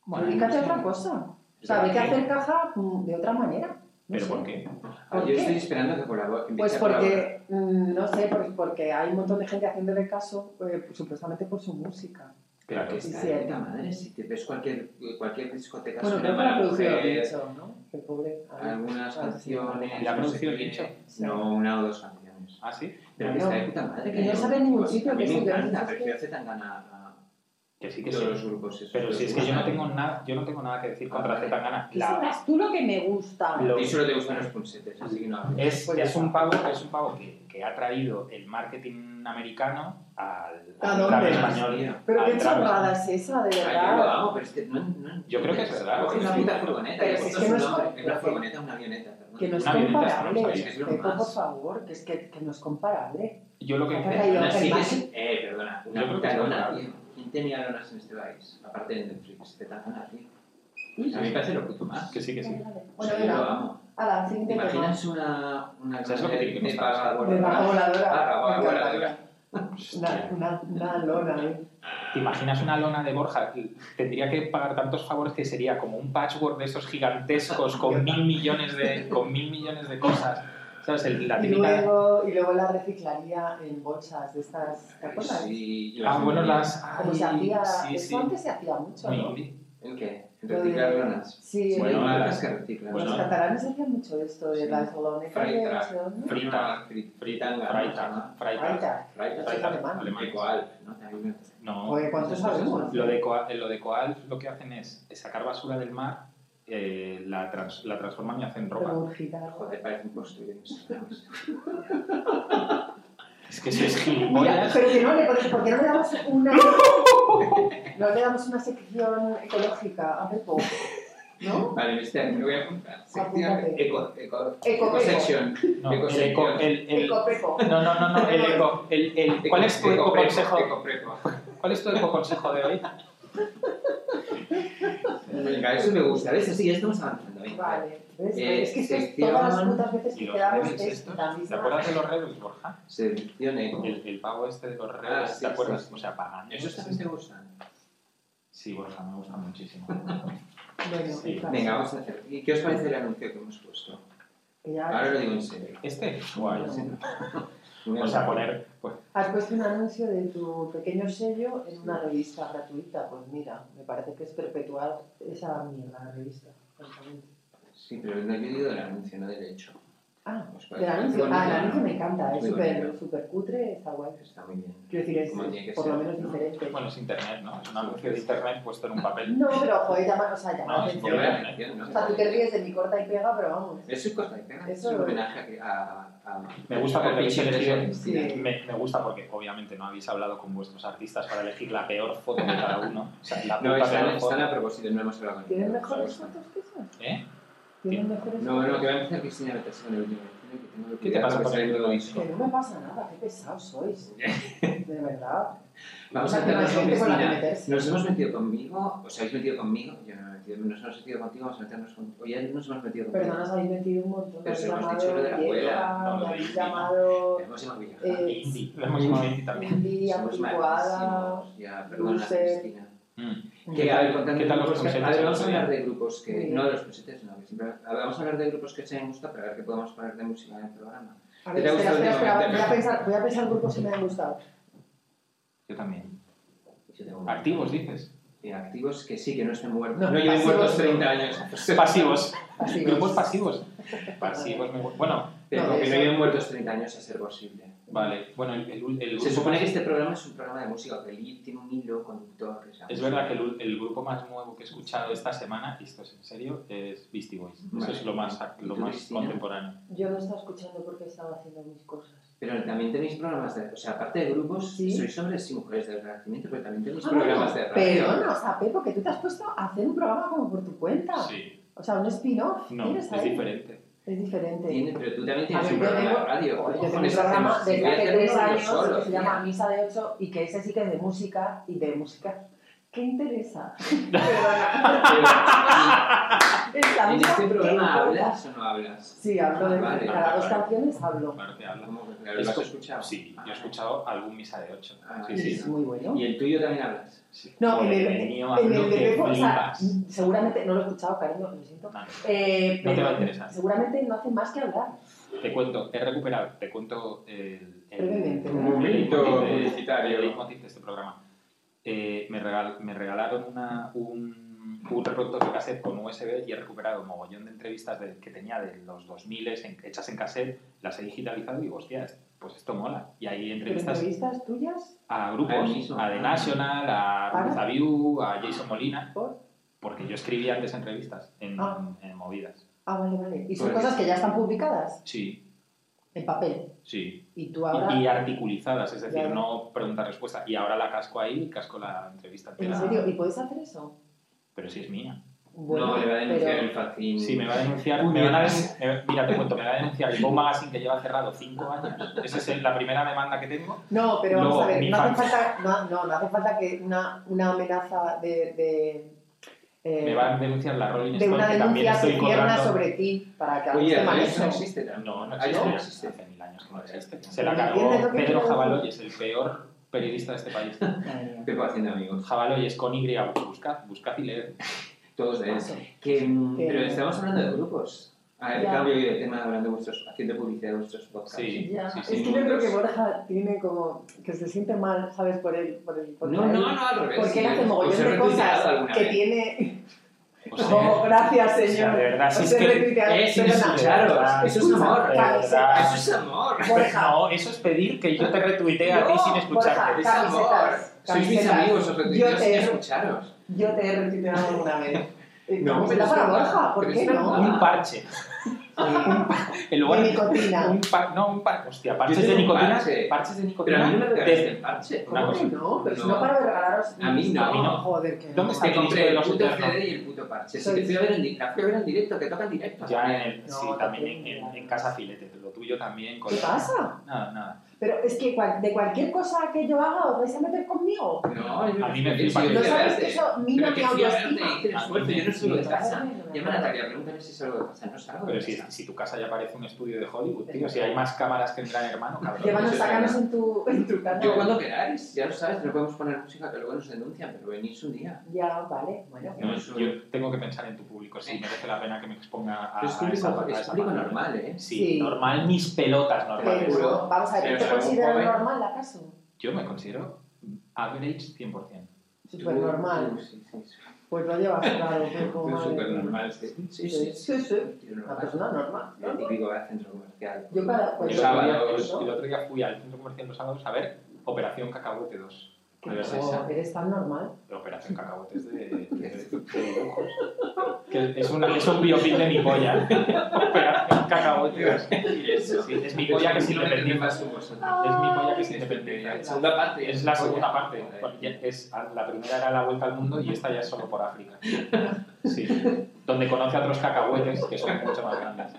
S1: Bueno,
S2: Dedícate a
S1: sí.
S2: otra cosa. O sea,
S3: ¿Pero
S2: hay que
S3: por qué?
S2: hacer caja mm, de otra manera. No
S3: ¿Pero
S2: sé.
S3: por qué?
S1: Ah,
S2: ¿Por
S1: Yo
S2: qué?
S1: estoy esperando que colabore. que empiece
S2: Pues
S1: a colaborar.
S2: porque, mm, no sé, pues porque hay un montón de gente haciéndole caso, eh, supuestamente por su música.
S1: Pero
S3: Claro.
S1: que está
S2: Sí,
S1: de
S2: sí.
S1: puta madre, si te ves cualquier, cualquier discoteca
S2: Bueno,
S1: suena
S2: creo que la
S1: Mala
S2: producción lo ha
S1: Mujer,
S2: dicho, ¿no? El pobre. a ver.
S1: algunas
S2: Ah, sí.
S1: canciones.
S3: ¿La
S1: no sé
S3: producción
S1: qué.
S3: dicho?
S1: No, una o dos canciones.
S3: Ah, sí.
S1: Pero que
S2: No,
S1: está de puta madre.
S2: que no sale en ningún sitio,
S1: A mí
S2: que
S1: me
S2: sí, que no
S1: encanta,
S2: dices
S1: pero
S2: que-
S1: yo hace tan gana
S3: Que sí,
S1: a
S3: que
S1: todos
S3: sí.
S1: los grupos. esos.
S3: Pero si es que yo no
S1: Bueno,
S3: tengo nada, yo no tengo nada que decir
S1: Ah,
S3: contra
S1: vale.
S3: Zetangana.
S6: Que
S3: La,
S6: sabrás tú lo que me gusta.
S3: lo-
S1: Y solo te gustan los pulsetes, así que no hables.
S3: es,
S2: Pues ya
S3: es
S2: está.
S3: un pavo, es un pavo que, que ha traído el marketing americano al,
S2: ¿A
S3: al
S2: dónde?
S3: trap
S2: hombre.
S3: español.
S2: Pero
S3: al
S2: qué
S3: trap
S2: chorrada es esa, de
S1: Ay, yo lo
S2: verdad.
S1: amo, pero es que no, no-
S3: Yo creo que es verdad,
S1: Coge una
S3: sí.
S1: puta furgoneta.
S2: Pero
S1: le
S2: si es
S1: pones
S2: que
S1: un
S2: no es
S1: nombre,
S2: co-
S1: una
S2: que-
S1: furgoneta, una avioneta. perdón.
S2: Que no es
S3: Una avioneta está
S2: comparable.
S3: muy bien,
S1: es lo
S2: Pepo,
S1: más.
S2: por favor, que es que, que no es comparable.
S3: Yo lo que
S2: Acá hay
S1: Una
S2: otro.
S3: creo
S1: sí que
S2: Germán.
S1: es- Eh, perdona,
S3: Yo
S1: una
S3: creo
S1: puta
S3: que es
S1: lona,
S3: verdad.
S1: tío. ¿Quién tenía lonas en este país? Aparte de Netflix, de Tangana, tío. A mí me parece lo puto más.
S3: que sí, que sí.
S6: Vale, vale.
S2: Bueno,
S1: Sí, yo lo
S2: venga,
S1: amo.
S2: a la
S1: ¿Te
S2: siguiente
S1: imaginas una... una
S3: ¿Sabes lo que tiene que
S1: de
S3: costar?
S1: paga
S2: tema. De
S1: voladora?
S2: vaca voladora.
S1: Vaca
S2: Me encanta.
S1: voladora.
S2: Una, una, una lona, ¿eh?
S3: ¿Te imaginas una lona de Borja? Tendría que pagar tantos favores que sería como un patchwork de estos gigantescos con mil millones de, con mil millones de cosas. ¿Sabes? El- la
S2: Y
S3: típica...
S2: luego, y luego la reciclaría en bolsas de estas, ¿te acuerdas?
S1: Sí, y
S3: Ah, bueno, las...
S2: Como se
S3: ay,
S2: hacía,
S3: sí,
S2: eso
S3: sí.
S2: antes se hacía mucho, ¿no?
S3: Mini.
S1: ¿En qué? ¿En
S2: Lo de-
S1: reciclar lonas?
S2: Sí,
S1: Sí,
S3: Bueno,
S1: hay marcas
S3: las-
S1: que reciclan.
S2: los
S3: Bueno.
S2: catalanes hacían mucho esto de
S1: Sí.
S2: las bolonetas de
S1: Freitag.
S2: ¿no?
S3: Frita.
S1: Frit- Fritanga.
S3: Freitag. Freitag.
S2: Freitag.
S1: Freitag.
S2: Freitag. alemán.
S3: alemán.
S1: Ecoal, ¿no? También me-
S3: No.
S2: Oye, ¿cuántos sabemos?
S3: Lo de, Coa- lo de Coal lo que hacen es eh, sacar basura del mar, eh, la, trans- la transforman y hacen ropa.
S2: Regurgitar.
S1: Joder, parece un postre.
S3: Es que sois
S2: Mira,
S3: gilipollas.
S2: pero que no le pones- porque no le damos una no le damos una sección ecológica a Pepo, ¿no?
S1: Vale, mister, me voy a apuntar. Sección
S2: Apúntate.
S1: eco, eco,
S2: Eco,
S1: eco
S2: eco.
S1: section.
S3: No, el eco, el, el-
S2: Pepo, Pepo.
S3: no, no, no, no, el eco. el- el- ¿Cuál es tu eco
S1: preco,
S3: consejo?
S1: Eco preco.
S3: ¿Cuál es tu eco consejo de hoy?
S1: Venga, eso me gusta. ¿Ves? Así ya estamos avanzando. Venga.
S2: Vale. ¿Ves?
S1: Eh,
S2: es que esto es
S1: sección-
S2: todas las putas veces
S3: ¿Y
S2: que
S3: los
S2: quedamos
S3: Rebels
S2: es
S3: estos?
S2: la
S3: ¿Te
S2: misma.
S3: acuerdas de los rebels, Borja?
S1: Sección eco.
S3: El, el pavo este de los
S1: Ah,
S3: rebels,
S1: sí,
S3: ¿te acuerdas?
S1: sí, sí.
S3: O sea, pagando.
S1: Esos también te gustan.
S3: Sí, Borja, me gusta muchísimo.
S2: Bueno,
S3: Sí.
S2: en plan,
S1: Venga, vamos a hacer. ¿Y qué os parece el anuncio que hemos puesto?
S2: que ya-
S1: Ahora lo digo en serio.
S3: Este, guay.
S2: No.
S3: sí.
S1: Una-
S3: O sea, poner, pues,
S2: Has puesto un anuncio de tu pequeño sello en una revista gratuita. Pues mira, me parece que es perpetuar esa mierda de revista. francamente.
S1: Sí, pero no, yo digo del anuncio, no del hecho. Pues
S2: Ah,
S1: ¿Os
S2: el
S1: parece?
S2: anuncio, ah, el anuncio me encanta,
S1: Muy
S2: es súper
S1: bonito.
S2: súper cutre, está guay.
S1: Está muy bien.
S2: Quiero decir, es
S1: Como tiene que
S2: por
S1: ser,
S2: lo menos
S1: ¿no?
S2: diferente.
S3: bueno, es internet, ¿no? Es un anuncio de internet puesto en un papel.
S2: No, pero joder, llama, o sea, llama
S3: No,
S2: la
S3: es
S1: Yo
S2: atención.
S1: veo la canción, ¿no?
S2: O sea, tú te ríes de mi corta y pega, pero vamos.
S1: Eso es cosa de pena,
S2: Eso-
S1: es un homenaje a que- a... a-
S3: Me gusta porque habéis elegido-
S2: Sí.
S3: Me, me gusta porque obviamente no habéis hablado con vuestros artistas para elegir la peor foto de cada uno. O sea, la
S1: No,
S3: puta
S1: están,
S3: peor
S1: están
S3: foto.
S1: a propósito, no hemos hablado con
S2: ¿Tienen
S1: ellos,
S2: mejores
S1: ¿sabes?
S2: fotos que esas?
S3: ¿Eh?
S2: ¿Tienen mejores
S1: No,
S2: fotos?
S1: no, que va a empezar Cristina a meterse con el último. Tiene que tener
S3: ¿Qué te
S1: cuidado
S3: pasa
S1: que
S3: con
S1: sale
S3: el
S1: todo
S3: último
S1: disco.
S2: Que no me pasa nada, qué pesados sois. De verdad.
S1: Vamos
S2: O
S1: a
S2: sea, que no
S1: hacernos
S2: hay
S1: con
S2: gente con la que
S1: Cristina.
S2: meterse.
S1: Nos hemos metido conmigo, os habéis metido conmigo, yo no me he metido, nos hemos metido contigo, vamos a meternos contigo. Ya nos hemos metido contigo.
S2: Pero no nos habéis metido un montón.
S1: Pero
S2: Nos
S1: si hemos
S2: llamado
S1: dicho lo de la
S2: vieja,
S1: abuela,
S3: no, lo
S2: me
S3: de
S2: habéis
S3: India.
S2: llamado
S1: Hemos ido a viajar.
S2: Eh,
S3: Indie. Lo hemos llamado indie también.
S2: Indy,
S1: Somos
S2: anticuada.
S1: malísimos. Ya, perdona,
S2: dulce.
S1: Cristina.
S3: Mm.
S1: Que, a ver, contando
S3: ¿Qué tal los
S1: grupos que-
S3: conceptos?
S1: A ver, vamos a hablar de grupos que.
S2: Sí.
S1: No de los presentes, no. que siempre- a ver, vamos a hablar de grupos que se han gustado para ver qué podemos poner de música en el programa.
S2: A
S1: ¿Qué
S2: ver,
S1: te ha
S2: espera,
S1: gustado
S2: espera, espera. Voy
S1: últimamente?
S2: a pensar, voy a pensar grupos que me han gustado.
S3: Yo también.
S1: Yo tengo un-
S3: Activos, dices.
S1: Y activos que sí, que no estén muertos.
S2: No,
S1: No, lleven
S2: pasivos
S1: muertos
S2: no.
S1: 30 años.
S3: Pasivos.
S2: Así
S3: Grupos
S2: es.
S3: pasivos. Pasivos. me gu- Bueno,
S1: Pero
S2: No,
S1: Eh, que no
S2: eso-
S1: lleven muertos 30 años a ser posible.
S3: vale. Bueno, el, el- el
S1: Se
S3: grupo
S1: supone
S3: más-
S1: que este programa es un programa de música, que el hilo- tiene un hilo conductor. que llama.
S3: Es verdad que el, el grupo más nuevo que he escuchado esta semana, y esto es en serio, es Beastie Boys. Eso
S1: Vale.
S3: es lo más, lo
S1: ¿Y tú,
S3: más
S1: Cristina?
S3: contemporáneo.
S2: Yo no estaba escuchando porque estaba haciendo mis cosas.
S1: Pero también tenéis programas de. O sea, aparte de grupos,
S2: Sí.
S1: sois hombres y mujeres del renacimiento, pero también tenéis
S2: Ah,
S1: programas de radio.
S2: Perdona, o sea, Pepo, que tú te has puesto a hacer un programa como por tu cuenta.
S3: Sí.
S2: O sea, un spin-off.
S3: No,
S2: tienes
S3: es
S2: ahí.
S3: diferente.
S2: Es diferente.
S1: Tiene- pero tú también
S2: A
S1: tienes
S2: ver,
S1: un
S2: yo
S1: programa de
S2: tengo-
S1: radio. ¿Cómo
S2: Yo tengo un
S1: cojones
S2: programa
S1: hacemos? Si
S2: desde
S1: voy a
S2: hace
S1: hacer
S2: tres
S1: uno yo
S2: años
S1: solo,
S2: que se
S1: tía.
S2: llama Misa de Ocho y que ese sí que es de música y de música. ¿Qué interesa? Perdona. Esta
S1: ¿En
S2: música,
S1: este
S2: ¿qué
S1: programa
S2: importa?
S1: hablas o no hablas?
S2: Sí, hablo de
S1: Vale,
S2: Cada
S1: vale,
S2: dos
S1: vale.
S2: canciones hablo.
S3: Claro que habla.
S1: ¿Cómo que- ¿Lo has
S3: Esto-
S1: escuchado?
S3: Sí, yo
S1: Ah.
S3: he escuchado algún misa de 8.
S1: Ah,
S3: sí,
S2: Y
S3: sí.
S2: es muy bueno.
S1: ¿Y el tuyo también hablas?
S3: sí.
S2: No, en
S3: Joder,
S2: el,
S3: el mío
S2: en
S3: hablo
S2: el
S3: que
S2: teléfono, o sea, mm.
S3: flipas.
S2: seguramente, no lo he escuchado, cariño, lo siento.
S3: Vale.
S2: Eh,
S3: No te va a
S2: pero
S3: interesar.
S2: seguramente no hace más que hablar.
S3: Te cuento, he recuperado, te cuento el, el,
S2: Brevemente. Un
S1: momento
S3: leitmotiv de-
S1: publicitario.
S3: el leitmotiv de este programa. Eh, me, regal- me regalaron una, un, un reproductor de cassette con USB y he recuperado un mogollón de entrevistas de- que tenía de los 2000 en- hechas en cassette, las he digitalizado y digo, hostia, es- pues esto mola. Y hay
S2: Pero
S3: entrevistas
S2: entrevistas tuyas,
S3: a
S1: Al
S3: grupos,
S1: mismo.
S3: a The National, a
S2: ¿Para?
S3: Ruth Aviu, a Jason Molina,
S2: ¿por?
S3: porque yo escribía antes entrevistas en,
S2: Ah.
S3: en movidas.
S2: Ah, vale, vale. Y son
S1: Pues-
S2: cosas que ya están publicadas
S3: Sí,
S2: en papel.
S3: sí.
S2: Y tú ahora.
S3: y, y articulizadas, es decir,
S2: Claro.
S3: no pregunta-respuesta. Y ahora la casco ahí, casco la entrevista
S2: ¿En
S3: entera.
S2: serio? ¿Y puedes hacer eso?
S3: Pero si es mía.
S1: no, le va a denunciar el facín.
S3: Sí, me va a denunciar.
S1: Uy,
S3: me van a
S1: mira.
S3: denun- me- mira, te cuento, me va a denunciar el Vogue Magazine que lleva cerrado cinco años. Esa es el- la primera demanda que tengo.
S2: No, pero
S3: Luego,
S2: vamos a ver,
S3: mi
S2: no hace,
S3: fan-
S2: falta, no, no, no hace falta que una, una amenaza de, de, eh,
S3: Me va a denunciar la Rolling
S2: de
S3: Stone,
S2: una
S3: que también
S2: denuncia
S3: estoy
S2: cisterna
S3: cobrando.
S2: sobre ti para que
S1: Oye,
S2: te
S1: pero eso no
S2: manejes.
S1: existe también.
S3: No, no
S1: Ah, eso
S3: existe.
S1: no existe.
S3: Hace mil años que no
S1: Joder.
S3: existe. Se la
S2: ¿Me entiendes
S3: cargó
S2: lo que
S3: Pedro
S2: quiero
S3: Jabaloy, es el peor periodista de este país.
S1: Te puedo haciendo amigos.
S3: Jabaloy es con Y, buscad, buscad y leed.
S1: Todos de eso. Que, mm,
S2: Que-
S1: pero estamos hablando de grupos. A ver,
S2: Ya.
S1: cambio de tema hablando de vuestros, haciendo publicidad de vuestros podcasts.
S3: Sí,
S2: Ya,
S3: sí,
S2: es
S3: sí.
S2: que yo creo que Borja tiene como que se siente mal, ¿sabes? Por él, por el
S1: No, no, no, al revés.
S2: Porque él
S1: Sí, pues,
S2: hace
S1: os
S2: mogollón
S1: he
S2: de
S1: retuiteado
S2: cosas
S1: alguna
S2: que
S1: vez. Pues
S2: tiene.
S3: O sea,
S2: Oh, gracias,
S3: o sea,
S2: señor.
S3: de verdad, si
S2: Os
S3: es
S2: he
S3: que...
S2: retuiteado,
S1: eh, si
S2: perdona.
S1: no Claro, eso es amor,
S3: de
S2: claro,
S3: verdad.
S1: Eso es amor.
S2: Borja.
S3: No, eso es pedir que yo te retuitee a ti
S1: No,
S3: sin escucharte.
S1: Es
S2: Borja.
S1: amor.
S2: Camisetas,
S1: Sois mis
S2: camisetas.
S1: amigos, os retuiteo
S2: Yo
S1: sin
S2: te-
S1: escucharos.
S2: Yo te he retuiteado alguna vez. Eh,
S1: No,
S2: pues
S1: pero
S2: da
S1: es
S2: para
S1: verdad,
S2: Borja, ¿por
S1: pero
S2: qué
S1: es
S2: no?
S1: verdad.
S3: Un parche. En lugar
S2: De nicotina.
S3: Un par- no, un parche. Hostia,
S1: Yo
S3: parches de
S1: tengo un
S3: nicotina.
S1: parche.
S3: Parches de
S1: Pero a
S3: nicotina.
S1: mí no me regalaste
S3: desde-
S1: el parche.
S3: Una
S2: ¿Cómo que no? Pero si
S1: No.
S2: no paro de regalaros.
S1: A mí
S3: A mí no.
S1: no.
S2: Joder, que no.
S3: ¿Dónde está?
S1: Te compré el
S3: Disco de
S1: puto
S3: los Eternos.
S1: CD y el puto parche. Si
S2: Soy-
S1: te fui a ver en, di- la fui a ver en directo, que toca en directo.
S3: Ya en el-
S2: No,
S3: sí,
S2: no
S3: también en,
S2: tiene
S3: en-
S2: nada.
S3: en casa filete. Lo tuyo también. Con
S2: ¿Qué pasa?
S3: Nada, nada.
S2: Pero es que cual- de cualquier cosa que yo haga os vais a meter conmigo.
S1: No, yo
S3: A mí me
S1: fui-
S3: flipa
S1: sí,
S3: que-
S1: yo
S2: ¿No
S1: fui a
S2: sabes
S1: verte.
S2: que eso mina
S1: Pero
S2: mi
S1: que fui a verte
S2: autoestima?
S1: y hice el esfuerzo, yo no salgo de casa.
S2: Sí.
S1: Llama a Natalia, pregúntale si salgo de casa. No salgo de
S3: Pero si,
S1: casa.
S3: si tu casa ya parece un estudio de Hollywood, tío. Si hay más cámaras que en Gran Hermano, cabrón.
S2: Llévanos,
S1: Eso es
S2: sácanos
S1: verdad.
S2: en tu, en tu canal.
S1: Yo cuando queráis, ya lo sabes, no podemos poner música que luego nos denuncian, pero venís un día.
S2: Ya, vale, bueno.
S3: No, yo tengo que pensar en tu público. Si merece la pena que me exponga a,
S1: Pero es
S3: a Ah, esa- a
S1: público, es
S3: esa
S1: público
S3: manera.
S1: normal, ¿eh?
S3: Sí,
S2: Sí.
S3: normal, mis pelotas normales.
S1: Pero-
S2: Pero, vamos a
S1: pero
S2: ver, ¿te
S1: es algo
S2: consideras
S1: joven.
S2: normal acaso?
S3: Yo me considero average 100%.
S2: Súper normal.
S1: Tú- Sí, sí, sí.
S2: Pues lo llevas claro, pues
S1: Tú
S2: como
S1: súper
S2: madre.
S1: normal, sí. Sí, sí, sí. Ah, pues
S2: Sí, sí.
S1: Tío
S2: Una
S1: normal.
S2: persona normal.
S1: El típico de centro comercial.
S2: Yo cada- pues-
S3: el,
S1: Los
S3: otro día,
S1: sábados.
S3: el- el otro día fui al centro comercial los sábados a ver Operación Cacahuete 2.
S2: Qué
S3: Pero es
S2: joder,
S3: esa.
S2: eres tan normal.
S3: De Operación Cacahuete es de, de- de dibujos. Que es, una, es un biopic de mi polla. Operación Cacahuete 2.
S1: Y eso.
S3: Sí, es mi polla que se independiza.
S1: más
S3: Es
S1: con vosotros.
S3: mi polla que se
S1: La
S3: independiza.
S1: segunda parte.
S3: Es la segunda parte.
S1: ¿eh?
S3: porque Es, la primera era la vuelta al mundo y esta ya es solo por África. Sí. Donde conoce a otros cacahuetes que son mucho más grandes.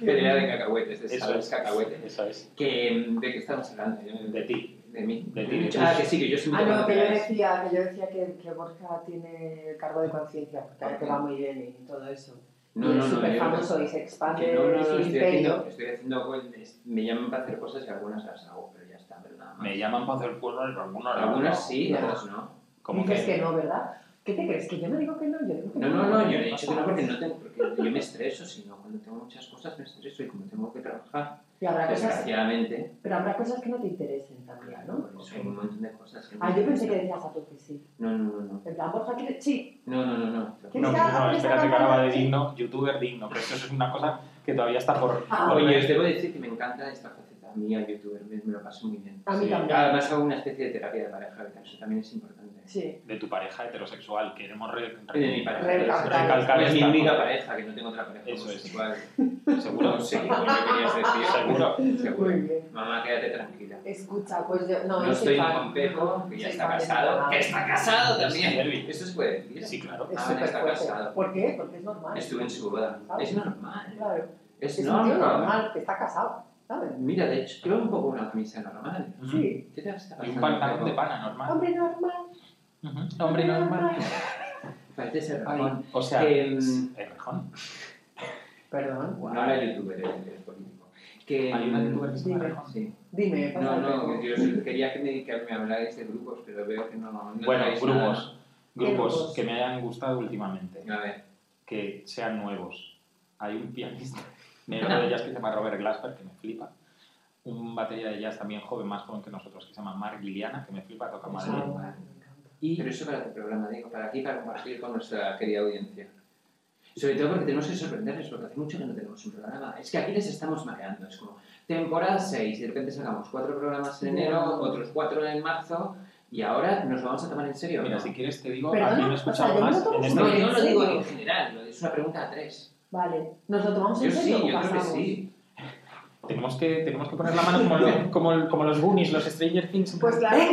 S1: Pelea
S2: Ah,
S1: de cacahuetes, de
S3: Eso
S1: sabores
S3: es.
S1: cacahuetes.
S3: Eso es.
S1: Que, mm, ¿De qué estamos hablando? Yo-
S3: De ti.
S1: De mí.
S3: De ti, de tus-
S1: Ah, que sí, que yo soy muy
S2: Ah, no, que yo
S1: capaz.
S2: decía que, yo decía que, que Borja tiene cargo de conciencia, porque a él te va muy bien y todo eso.
S1: No,
S2: y
S1: no,
S2: es
S1: no,
S2: súper
S1: yo-
S2: famoso y se expande
S1: Que no, no, no,
S2: su
S1: estoy haciendo,
S2: imperio.
S1: estoy haciendo wellness. Me llaman para hacer cosas y algunas las hago, pero ya está, pero nada más.
S3: Me llaman para hacer cuernos, pero algunos no.
S1: Algunas sí,
S2: No.
S1: otras no.
S3: Como
S2: Dices que
S3: que.
S2: no, ¿verdad? ¿Qué te crees? ¿Que yo no digo que no? Yo digo que
S1: No, no, no, yo he dicho que no porque no tengo, porque yo me estreso, sino cuando tengo muchas cosas me estreso y como tengo que trabajar,
S2: Y habrá cosas,
S1: desgraciadamente,
S2: pero habrá cosas que no te interesen también,
S1: claro,
S2: ¿no?
S1: por eso hay un montón de cosas que
S2: Ah,
S1: me
S2: yo pensé que
S1: interesan.
S2: decías a tú que sí.
S1: No, no, no, no.
S2: En plan, Borja, ¿quieres? Sí.
S1: No, no, no, no.
S3: No,
S2: ¿Quieres que haga
S3: no,
S2: esta
S3: espérate que
S2: campaña?
S3: ahora va de digno, youtuber digno, pero eso es una cosa que todavía está por.
S2: Ah,
S3: por
S1: Oye, os debo decir que me encanta esta faceta a mí, a youtuber, me me lo paso muy bien.
S2: A mí
S3: Sí,
S2: también.
S1: Además hago una especie de terapia de pareja, que eso también es importante.
S2: Sí.
S3: de tu pareja heterosexual. Queremos re-
S1: De mi pareja. pues,
S2: Recalcar.
S3: recalcar
S1: es mi
S3: esta-
S1: única pareja, que no tengo otra pareja.
S3: Eso es.
S1: homosexual.
S3: Seguro,
S1: Sí,
S3: sí.
S1: pues lo querías decir.
S3: Seguro.
S1: Seguro.
S2: Muy bien.
S1: Mamá, quédate tranquila.
S2: Escucha, pues yo. No,
S1: No,
S2: yo soy
S1: estoy
S2: fan.
S1: con Pepo, que ya
S2: Soy
S1: está
S2: fan de
S1: casado.
S2: Pepo.
S1: Que está casado también.
S3: Sí.
S1: Eso se puede decir.
S3: Sí, claro.
S2: Es
S1: Ah,
S2: súper
S1: está
S2: fuerte.
S1: casado.
S2: ¿Por qué? Porque es normal.
S1: Estuve en su boda.
S2: ¿Sabes?
S1: Es normal.
S2: Claro.
S1: Es,
S2: Es un tío
S1: normal.
S2: normal que está casado, ¿sabes?
S1: Mira, de hecho, creo un poco una camisa normal.
S2: Sí.
S1: ¿Qué te está
S3: Y
S1: pasando?
S3: un pantalón de
S1: Pepo?
S3: pana normal.
S2: Hombre normal.
S3: Ujú. Hombre normal.
S1: Parece ser
S3: Ay,
S1: Ramón.
S3: o sea,
S1: Que,
S3: es- el rejón.
S2: Perdón.
S1: No era youtuber, el, el político. Que, mm,
S3: Hay una youtuber que se llama
S2: dime.
S3: Rejón.
S1: Sí.
S2: Dime,
S1: No,
S2: pásate.
S1: no, que yo solo quería que me, que me hablarais de grupos, pero veo que no. no
S3: Bueno,
S1: traéis
S3: grupos.
S2: Grupos.
S3: Grupos que me hayan gustado últimamente.
S1: nada. A ver,
S3: que sean nuevos. Hay un pianista negro de jazz que se llama Robert Glasper, que me flipa. Un batería de jazz también joven, más joven que nosotros, que se llama Mark Giliana, que me flipa, toca en Madrid.
S2: Ah, me encanta.
S3: Y
S1: pero eso para el programa, digo, para aquí, para compartir con nuestra querida audiencia. Sobre todo porque tenemos que sorprenderles, porque hace mucho que no tenemos un programa. Es que aquí les estamos mareando. Es como temporada 6, de repente sacamos cuatro programas en enero, otros cuatro en marzo, y ahora nos lo vamos a tomar en serio.
S3: mira,
S1: ¿no?
S3: si quieres te digo, a mí
S2: Perdona,
S3: me he
S2: o
S3: escuchado
S2: sea, yo
S3: más
S2: no
S3: en
S2: tomo-
S3: este
S1: No, yo
S2: ¿En
S1: no lo digo
S2: serio?
S1: en general, lo- es una pregunta a tres.
S2: Vale. ¿Nos lo tomamos
S1: Yo
S2: en
S1: sí,
S2: serio o
S1: yo creo que
S2: pasamos?
S1: sí.
S3: Tenemos que, tenemos que poner la mano como, lo- como, el- como los Goonies, los Stranger Things.
S2: Pues claro. que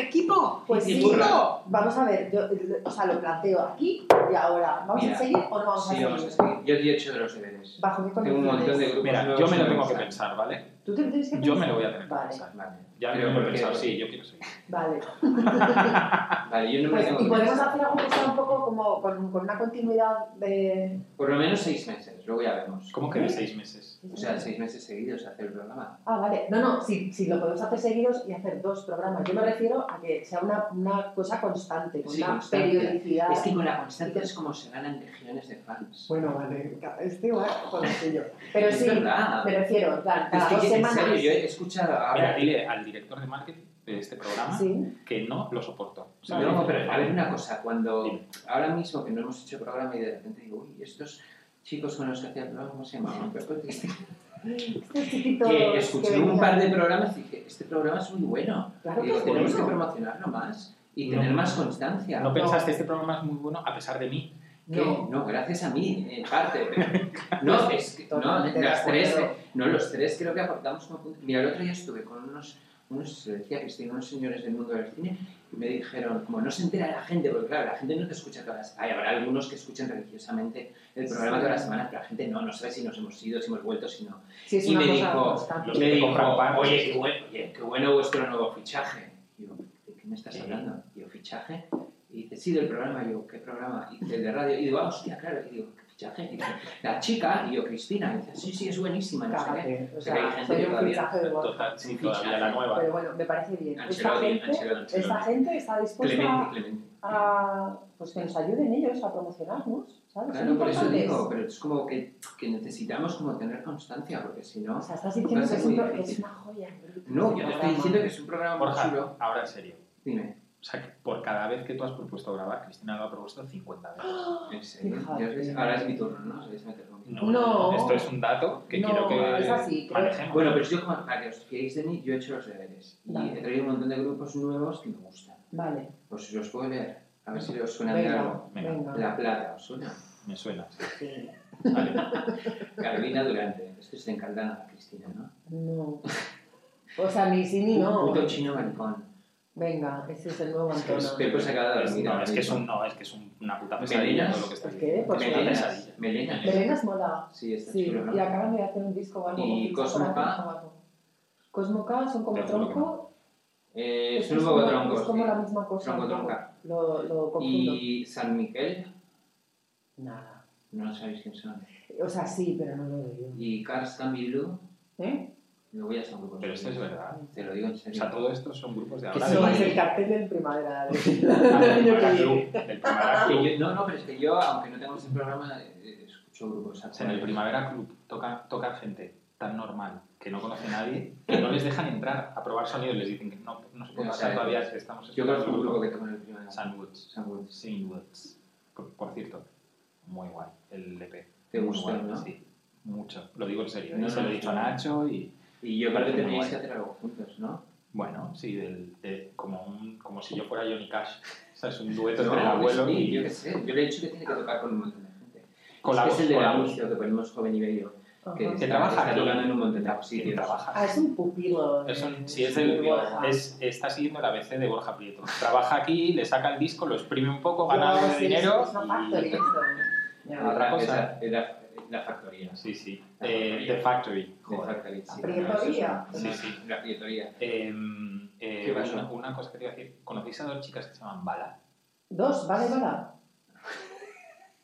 S2: sí.
S7: equipo.
S2: Pues
S1: Y
S2: sí,
S1: burra.
S2: no. Vamos a ver, yo, o sea, lo planteo aquí y ahora. ¿Vamos
S1: Mira,
S2: a seguir o no vamos
S1: Sí,
S2: a seguir?
S1: vamos a seguir. Yo he hecho de los deberes.
S2: Bajo qué
S1: Tengo un
S2: condiciones.
S1: montón de grupos.
S3: Mira,
S1: nuevos
S3: yo me lo
S1: sin
S3: tengo que pensar, ¿vale?
S2: Tú te lo tienes que
S3: Yo me
S2: pensar.
S3: lo voy a tener que
S2: Vale.
S3: pensar.
S1: Pues Vale.
S3: Ya me
S1: Pero
S3: lo voy a
S1: porque-
S3: pensar, sí, yo quiero seguir.
S2: Vale.
S1: Vale, yo no me lo
S2: Pues,
S1: tengo
S2: y
S1: que
S2: podemos
S1: pensar.
S2: hacer algo que sea un poco como con, con una continuidad de.
S1: Por lo menos seis meses, luego ya vemos.
S3: ¿Cómo que de seis meses?
S1: O sea, seis meses seguidos hacer el programa.
S2: Ah, vale. No, no, si, si lo podemos hacer seguidos y hacer dos programas. Yo me refiero a que sea una, una cosa constante, con
S1: Sí,
S2: una
S1: constante.
S2: periodicidad.
S1: Es que con la constancia es como se ganan legiones de fans.
S2: Bueno, vale, es igual con lo suyo. Pero
S1: es
S2: sí,
S1: verdad.
S2: me refiero, en plan,
S1: es
S2: cada
S1: que,
S2: dos
S1: en
S2: semanas.
S1: serio, yo he escuchado
S3: Mira,
S1: ahora...
S3: dile al director de marketing de este programa
S2: Sí,
S3: que no lo soporto. O sea,
S1: No, pero a ver una cosa, cuando
S3: Dime.
S1: ahora mismo que no hemos hecho programa y de repente digo, uy, estos chicos con los que hacía el programa, ¿cómo se llamaban? pues, este,
S2: estos chiquitos.
S1: Ah. Que escuché un
S2: venían-
S1: par de programas y dije, este programa es muy bueno.
S2: Claro
S1: Y
S2: que
S1: digo,
S2: es
S1: tenemos que
S2: bueno.
S1: promocionarlo más y
S3: No.
S1: tener más constancia.
S3: No pensaste, este programa es muy bueno a pesar de mí.
S1: ¿Qué?
S2: No.
S1: No, gracias a mí, en parte. pero- No, es que, no,
S2: Totalmente
S1: las
S2: de
S1: tres,
S2: acuerdo.
S1: no, los tres creo que aportamos como punto. Mira, el otro día estuve con unos, unos se decía que estoy, unos señores del mundo del cine y me dijeron, como no se entera la gente, porque claro, la gente no te escucha todas las... Hay, habrá algunos que escuchen religiosamente el programa
S2: Sí.
S1: todas las semanas, pero la gente no, no sabe si nos hemos ido, si hemos vuelto, si no.
S2: Sí, es
S1: Y
S2: una
S1: me
S2: cosa
S1: dijo,
S2: constante.
S3: Los
S1: me
S3: que
S1: dijo,
S3: compran pan.
S1: oye, qué bueno, oye, qué bueno vuestro nuevo fichaje. Y yo, ¿de qué me estás
S3: Sí.
S1: hablando? Y yo, ¿fichaje? Y dice, sí, del programa. Y yo, ¿qué programa? Y dice, el de radio. Y digo, ah, hostia, claro. Y digo, ¿qué fichaje? Y dice, la chica. Y yo, Cristina. Y dice, sí, sí, es buenísima. No sé qué.
S2: Cágate. O
S1: Sé que hay
S2: sea,
S1: gente
S2: soy
S1: que
S2: un
S1: todavía-
S2: fichaje de Borja.
S3: Total, sí, todavía la
S1: Ah,
S3: nueva.
S2: Pero bueno, me parece bien. Esta
S1: Ancelotti,
S2: gente,
S1: Ancelotti,
S2: esta
S1: Ancelotti.
S2: gente está dispuesta
S1: Clemente,
S2: a
S1: Clemente.
S2: a, pues que nos ayuden ellos a promocionarnos, ¿sabes? Son
S1: Claro, por eso
S2: importantes.
S1: digo, pero es como que, que necesitamos como tener constancia, porque si no...
S2: O sea, estás diciendo
S1: Va a
S2: que
S1: ser
S2: es,
S1: muy
S2: un pro-
S1: difícil.
S2: es una joya. brutal.
S1: No, yo te estoy
S2: Programa.
S1: diciendo que es un programa muy chulo.
S3: Borja, ahora en serio.
S1: Dime,
S3: O sea, que por cada vez que tú has propuesto grabar, Cristina lo ha propuesto 50 veces.
S1: en serio,
S2: Fíjate.
S1: ya os veis- ahora es mi turno, ¿no? Os vais a meter conmigo.
S3: No,
S2: No.
S3: Esto es un dato que
S2: No,
S3: quiero que
S2: es así, creo-
S3: manejemos.
S1: Bueno, pero yo, como para que os fiéis de mí, yo he hecho los deberes. Y
S2: Vale.
S1: he traído un montón de grupos nuevos que me gustan.
S2: Vale,
S1: Pues los puedo leer. A ver si os suena de algo.
S2: venga,
S3: venga.
S2: venga.
S1: La Plata, ¿os suena?
S3: me suena.
S2: Sí.
S3: Vale.
S1: Carolina Durante. Esto es de encantada, Cristina, ¿no?
S2: No. O sea, ni sí ni
S1: Un
S2: no.
S1: Puto chino maricón.
S2: Venga, ese es el nuevo
S1: Es que
S2: Antonio.
S1: os- Pepo se acaba de
S3: Es-
S1: dormir.
S3: no,
S1: ahora
S3: es que es,
S1: mismo.
S3: un, no, es que es un- una puta pesadilla
S1: Melenas.
S3: todo lo que está
S2: Es que,
S3: diciendo.
S2: pues,
S3: Es una
S1: melenas.
S3: pesadilla.
S1: Melenas.
S2: Melenas mola.
S1: Sí, está
S2: Sí,
S1: chulo, ¿no?
S2: y acaban de hacer un disco o algo.
S1: Y
S2: un disco
S1: Cosmo
S2: para
S1: K.
S2: hacer o algo. Cosmo K son como
S3: Te juro que
S2: tronco.
S1: Eh,
S2: es
S1: es un
S2: como-
S1: poco
S2: Es como la
S1: tronco.
S2: misma cosa.
S1: Tronco,
S2: un poco.
S1: tronca.
S2: Lo, lo confundo.
S1: Y San Miguel,
S2: Nada.
S1: no sabéis quién son.
S2: O sea, sí, pero no lo digo.
S1: Y Cars Camille Blue,
S2: ¿Eh?
S1: no voy a ser un grupo.
S3: Pero esto es verdad.
S1: Te lo digo en
S3: O
S1: serio.
S3: sea, todo esto son grupos de
S2: Que
S3: ahora.
S2: sí,
S3: del-
S2: es el cartel del primavera. de-
S1: Ah,
S3: del
S2: Yo creo que-
S3: Primaraclub, del Primavera
S1: Que
S3: Club.
S1: yo- no, no, pero es que yo, aunque no tengamos el programa, eh, eh, escucho grupos.
S3: O sea, en el Primavera Club toca, toca gente tan normal que no conoce a nadie que no les dejan entrar a probar sonido y les dicen que no, no se puede
S1: O
S3: pasar
S1: sea,
S3: todavía es que estamos
S1: Yo conozco un
S3: escuchando
S1: grupo que toca en el Primavera.
S3: Sandwoods.
S1: Sandwich.
S3: Sandwoods. Por, por cierto, muy guay el EP.
S1: Te
S3: Muy
S1: gustó,
S3: guay,
S1: ¿no?
S3: Sí, mucho. Lo digo en serio.
S1: No,
S3: ¿eh? se
S1: no,
S3: lo he dicho a
S1: no.
S3: Nacho y
S1: Y yo creo que
S3: Muy
S1: tenéis que
S3: guay.
S1: hacer algo juntos, ¿no?
S3: Bueno, sí, del- de- como, un- como si yo fuera Johnny Cash. O sea, es un dueto
S1: No,
S3: entre el abuelo
S1: sí,
S3: y
S1: yo qué sé. Yo le he dicho que tiene que tocar con un montón de gente.
S3: con la
S1: es, que
S3: voz,
S1: es el de
S3: con la
S1: la
S3: voz.
S1: música que ponemos joven y bello. Que,
S3: Que trabaja
S1: está
S3: aquí.
S1: tocando en un montón de
S3: Sí,
S1: sitios.
S3: trabaja.
S2: Ah, es un pupilo.
S3: Es
S2: eh,
S3: un- sí, es
S2: de
S3: el,
S2: Borja.
S3: es- está siguiendo la ABC de Borja Prieto. Trabaja aquí, le saca el disco, lo exprime un poco, gana
S2: No,
S3: algo de
S2: sí,
S3: dinero.
S2: Es una
S3: y-
S2: factory eso. Ya.
S1: Ah.
S3: Otra cosa.
S1: Esa- era la factoría.
S3: Sí, sí.
S1: La
S3: Eh,
S1: factoría.
S3: The Factory.
S1: La
S3: Joder.
S1: factoría, sí.
S2: Prietoría.
S3: Sí, sí.
S1: La prietoría.
S3: Em, eh,
S1: ¿Qué pasó?
S3: una, una cosa que te iba a decir. ¿Conocéis a dos chicas que se llaman Bala?
S2: Dos, vale, bala.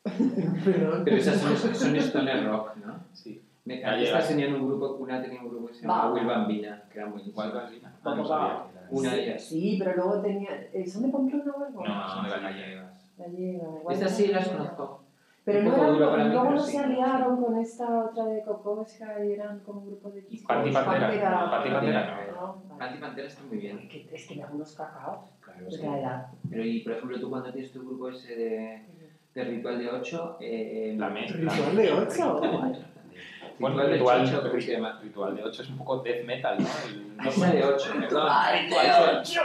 S2: Perdón.
S1: Pero esas son, son stoner rock, ¿no?
S3: Sí.
S1: Me-
S3: Ah,
S1: Estas
S3: ya.
S1: tenían un grupo, una tenía un grupo que se llamaba
S2: Va.
S1: Will Bambina, que era muy
S3: Igual que
S1: igual.
S3: Alcina.
S2: Vamos,
S3: No sabía
S2: va.
S3: que era-
S1: Una
S2: sí,
S1: de ellas.
S2: Sí, pero luego tenía. eh, ¿Son de Pamplona o algo?
S3: No, son de la calle.
S2: Gallega, igual
S1: Estas
S2: no.
S1: sí las conozco.
S2: Pero
S1: Un
S2: no
S1: poco
S2: eran-
S1: duro para mí,
S2: luego
S1: pero
S2: no
S1: sí.
S2: se aliaron con esta otra de Kokoska y eran como un grupo de
S3: Y
S2: chicos.
S3: Pati
S2: Pantera.
S3: Pantera. Pati Pantera no.
S2: No, vale.
S1: Patti Pantera está muy bien.
S2: Que- Es que me hago unos cacaos
S1: Claro,
S2: de
S1: sí.
S2: la edad.
S1: Pero y por ejemplo, tú cuando tienes tu grupo ese de, de ritual de 8, eh,
S3: La me- la-
S2: ¿Ritual de ocho? Guay.
S3: Bueno,
S1: Ritual de
S3: ritual,
S1: ocho,
S3: ri-
S1: creo que se llama.
S3: ritual de 8 es un poco death metal, ¿no? El-
S1: Ritual de 8, perdón.
S2: ¡Ay, Dios!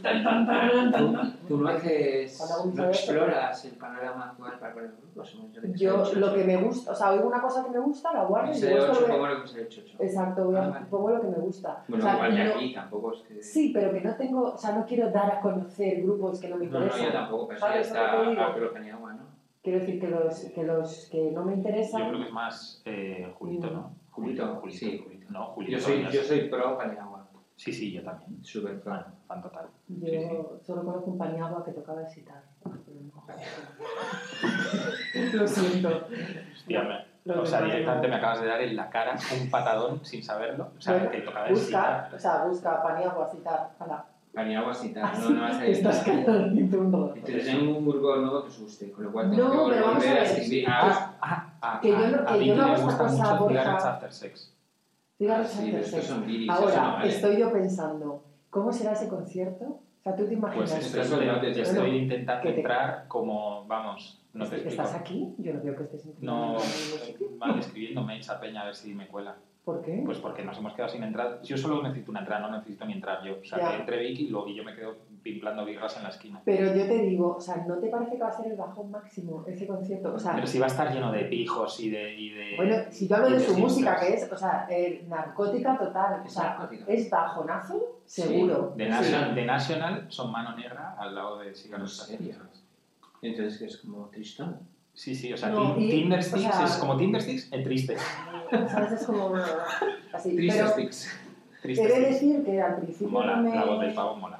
S2: Tan, tan, tan, tan, tan.
S1: Tú no haces,
S2: Cuando hago un
S1: no
S2: proyecto-
S1: exploras el panorama actual para poner grupos. ¿no? Yo
S2: Yo lo que me gusta, o sea, oigo una cosa que me gusta, la guardo y
S1: Ese de
S2: luego
S1: 8,
S2: solo veo-
S1: pongo lo que se ha hecho. ocho.
S2: Exacto, voy a-
S1: Ah, vale.
S2: pongo lo que me gusta.
S1: Bueno,
S2: O sea,
S1: igual que
S2: no-
S1: aquí tampoco es que.
S2: Sí, pero que no tengo, o sea, no quiero dar a conocer grupos que no me
S1: No, no,
S2: interesan.
S1: yo tampoco, pero eso ya
S2: ¿Sabes lo que te digo?
S1: está a pelo ni agua, ¿no?
S2: Quiero decir que los que, los que no me
S3: Yo creo que
S2: interesan,
S3: es más eh, Julito, ¿no?
S1: Julito,
S3: Julito,
S1: sí.
S3: Julito. No, Julito.
S1: Yo soy,
S3: ya
S1: yo
S3: sé.
S1: soy pro Paniagua,
S3: Sí, sí, yo también.
S1: súper pro.
S3: Fan, fan total.
S2: yo
S3: Sí,
S2: solo conozco un pañagua que tocaba el sitar. Lo siento.
S3: Hostia, me-
S2: Lo
S3: o sea,
S2: demás
S3: directamente
S2: no.
S3: me acabas de dar en la cara un patadón sin saberlo. O sea,
S2: Bueno,
S3: que tocaba el
S2: Busca,
S3: sitar.
S2: o sea, busca pañagua, citar, ala.
S1: Paniagua sí, tal, no, no vas a ir.
S2: Ah, Estás calladito un rato.
S1: Entonces tengo un grupo nuevo que os guste, con lo cual tengo
S2: No,
S1: que
S2: pero vamos
S1: volver
S2: a
S1: a
S2: ver.
S1: escribir. Ah,
S3: Ah, ah, ah,
S2: Pues, Que yo no-
S3: ah,
S2: que
S3: a
S2: yo no hago
S3: me
S2: esta
S3: gusta
S2: cosa,
S3: mucho
S2: Borja.
S3: cigarros after sex.
S2: Cigarros
S1: ah, sí, pero
S2: After
S1: estos
S2: Sex.
S1: son viris, eso no
S2: Ahora,
S1: vale.
S2: estoy yo pensando, ¿cómo será ese concierto? O sea, tú te imaginas.
S3: Pues
S1: esto
S3: estoy,
S1: es lo que te-
S3: estoy intentando
S2: que te-
S3: entrar como, vamos, no te explico.
S2: ¿Estás aquí? Yo no veo que estés en
S3: No,
S2: en ningún sitio.
S3: van escribiendo mails a Peña a ver si me cuela.
S2: ¿Por qué?
S3: Pues porque nos hemos quedado sin entrar. Yo solo necesito una entrada, no necesito ni entrar yo. O sea,
S2: Ya.
S3: que entre Vicky y, luego- y yo me quedo pimplando birras en la esquina.
S2: Pero yo te digo, o sea, ¿no te parece que va a ser el bajón máximo ese concierto? O sea,
S3: Pero si va a estar lleno de pijos y de... y de-
S2: bueno, si yo hablo
S3: y
S2: de su
S3: hipsters.
S2: música, que es, o sea, eh, narcótica total, o
S1: es
S2: sea,
S1: narcótica.
S2: es bajonazo, seguro.
S3: De National, de National son mano negra al lado de cigarros.
S1: ¿En serio? Entonces, que es como tristón.
S3: Sí, sí, o sea,
S2: No,
S3: Tin-
S2: y-
S3: Tinder
S2: o
S3: Sticks
S2: sea-
S3: es como Tinder Sticks en triste.
S2: ¿Sabes? Es como así.
S1: Tristes
S2: Pero
S1: tics.
S3: Triste
S2: he de
S3: Sticks.
S2: decir que al principio
S3: Mola,
S2: no me-
S3: la voz del pavo mola.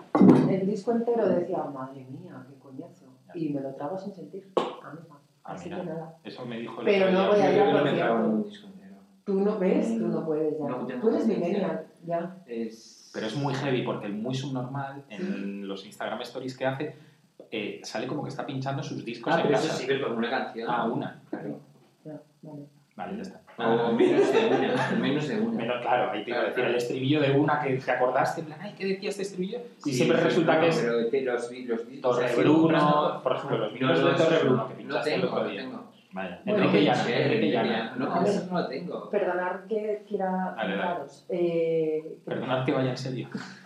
S2: el disco entero decía, madre mía, qué coñazo. Y me lo trago sin sentir, a mí no.
S3: Ah,
S2: Así
S3: mira.
S2: que nada.
S3: Eso me dijo el
S2: Pero
S3: otro
S2: no
S3: día.
S1: Yo
S2: voy a ir
S1: creo que
S2: al
S1: no me trago
S2: concierto.
S1: un disco entero.
S2: Tú no ves, tú no puedes ya.
S1: No, ya
S2: tú
S1: no.
S2: eres millennial, ya.
S1: Es... Ah,
S3: Pero es muy heavy porque el muy subnormal en los Instagram Stories que hace eh, sale como que está pinchando sus discos
S1: Ah,
S3: en
S1: pero eso
S3: casa.
S1: sí, pero con una canción.
S3: Ah, una.
S1: claro.
S2: ya vale.
S3: Vale, ya está.
S1: O menos de una. Menos de una.
S3: Menos, claro, ahí te iba a
S1: Claro,
S3: decir
S1: claro.
S3: el estribillo de una que te acordaste, en plan, ay, ¿qué decía este estribillo? Y
S1: Sí,
S3: siempre
S1: sí,
S3: resulta
S1: no,
S3: que es
S1: Pero te- los, vi- los discos.
S3: Torre
S1: no,
S3: Bruno, por ejemplo, los vinos de Torre Bruno que
S1: no
S3: pinchaste el
S1: tengo,
S3: otro
S1: no
S3: día.
S1: tengo.
S3: Vaya,
S2: Bueno,
S3: Enrique
S1: ya,
S3: Llana, Enrique Llana.
S1: No, eso no lo tengo.
S2: Perdonad que quiera
S3: Dale, dale.
S2: raros. Eh, que-
S3: Perdonad que vaya en serio.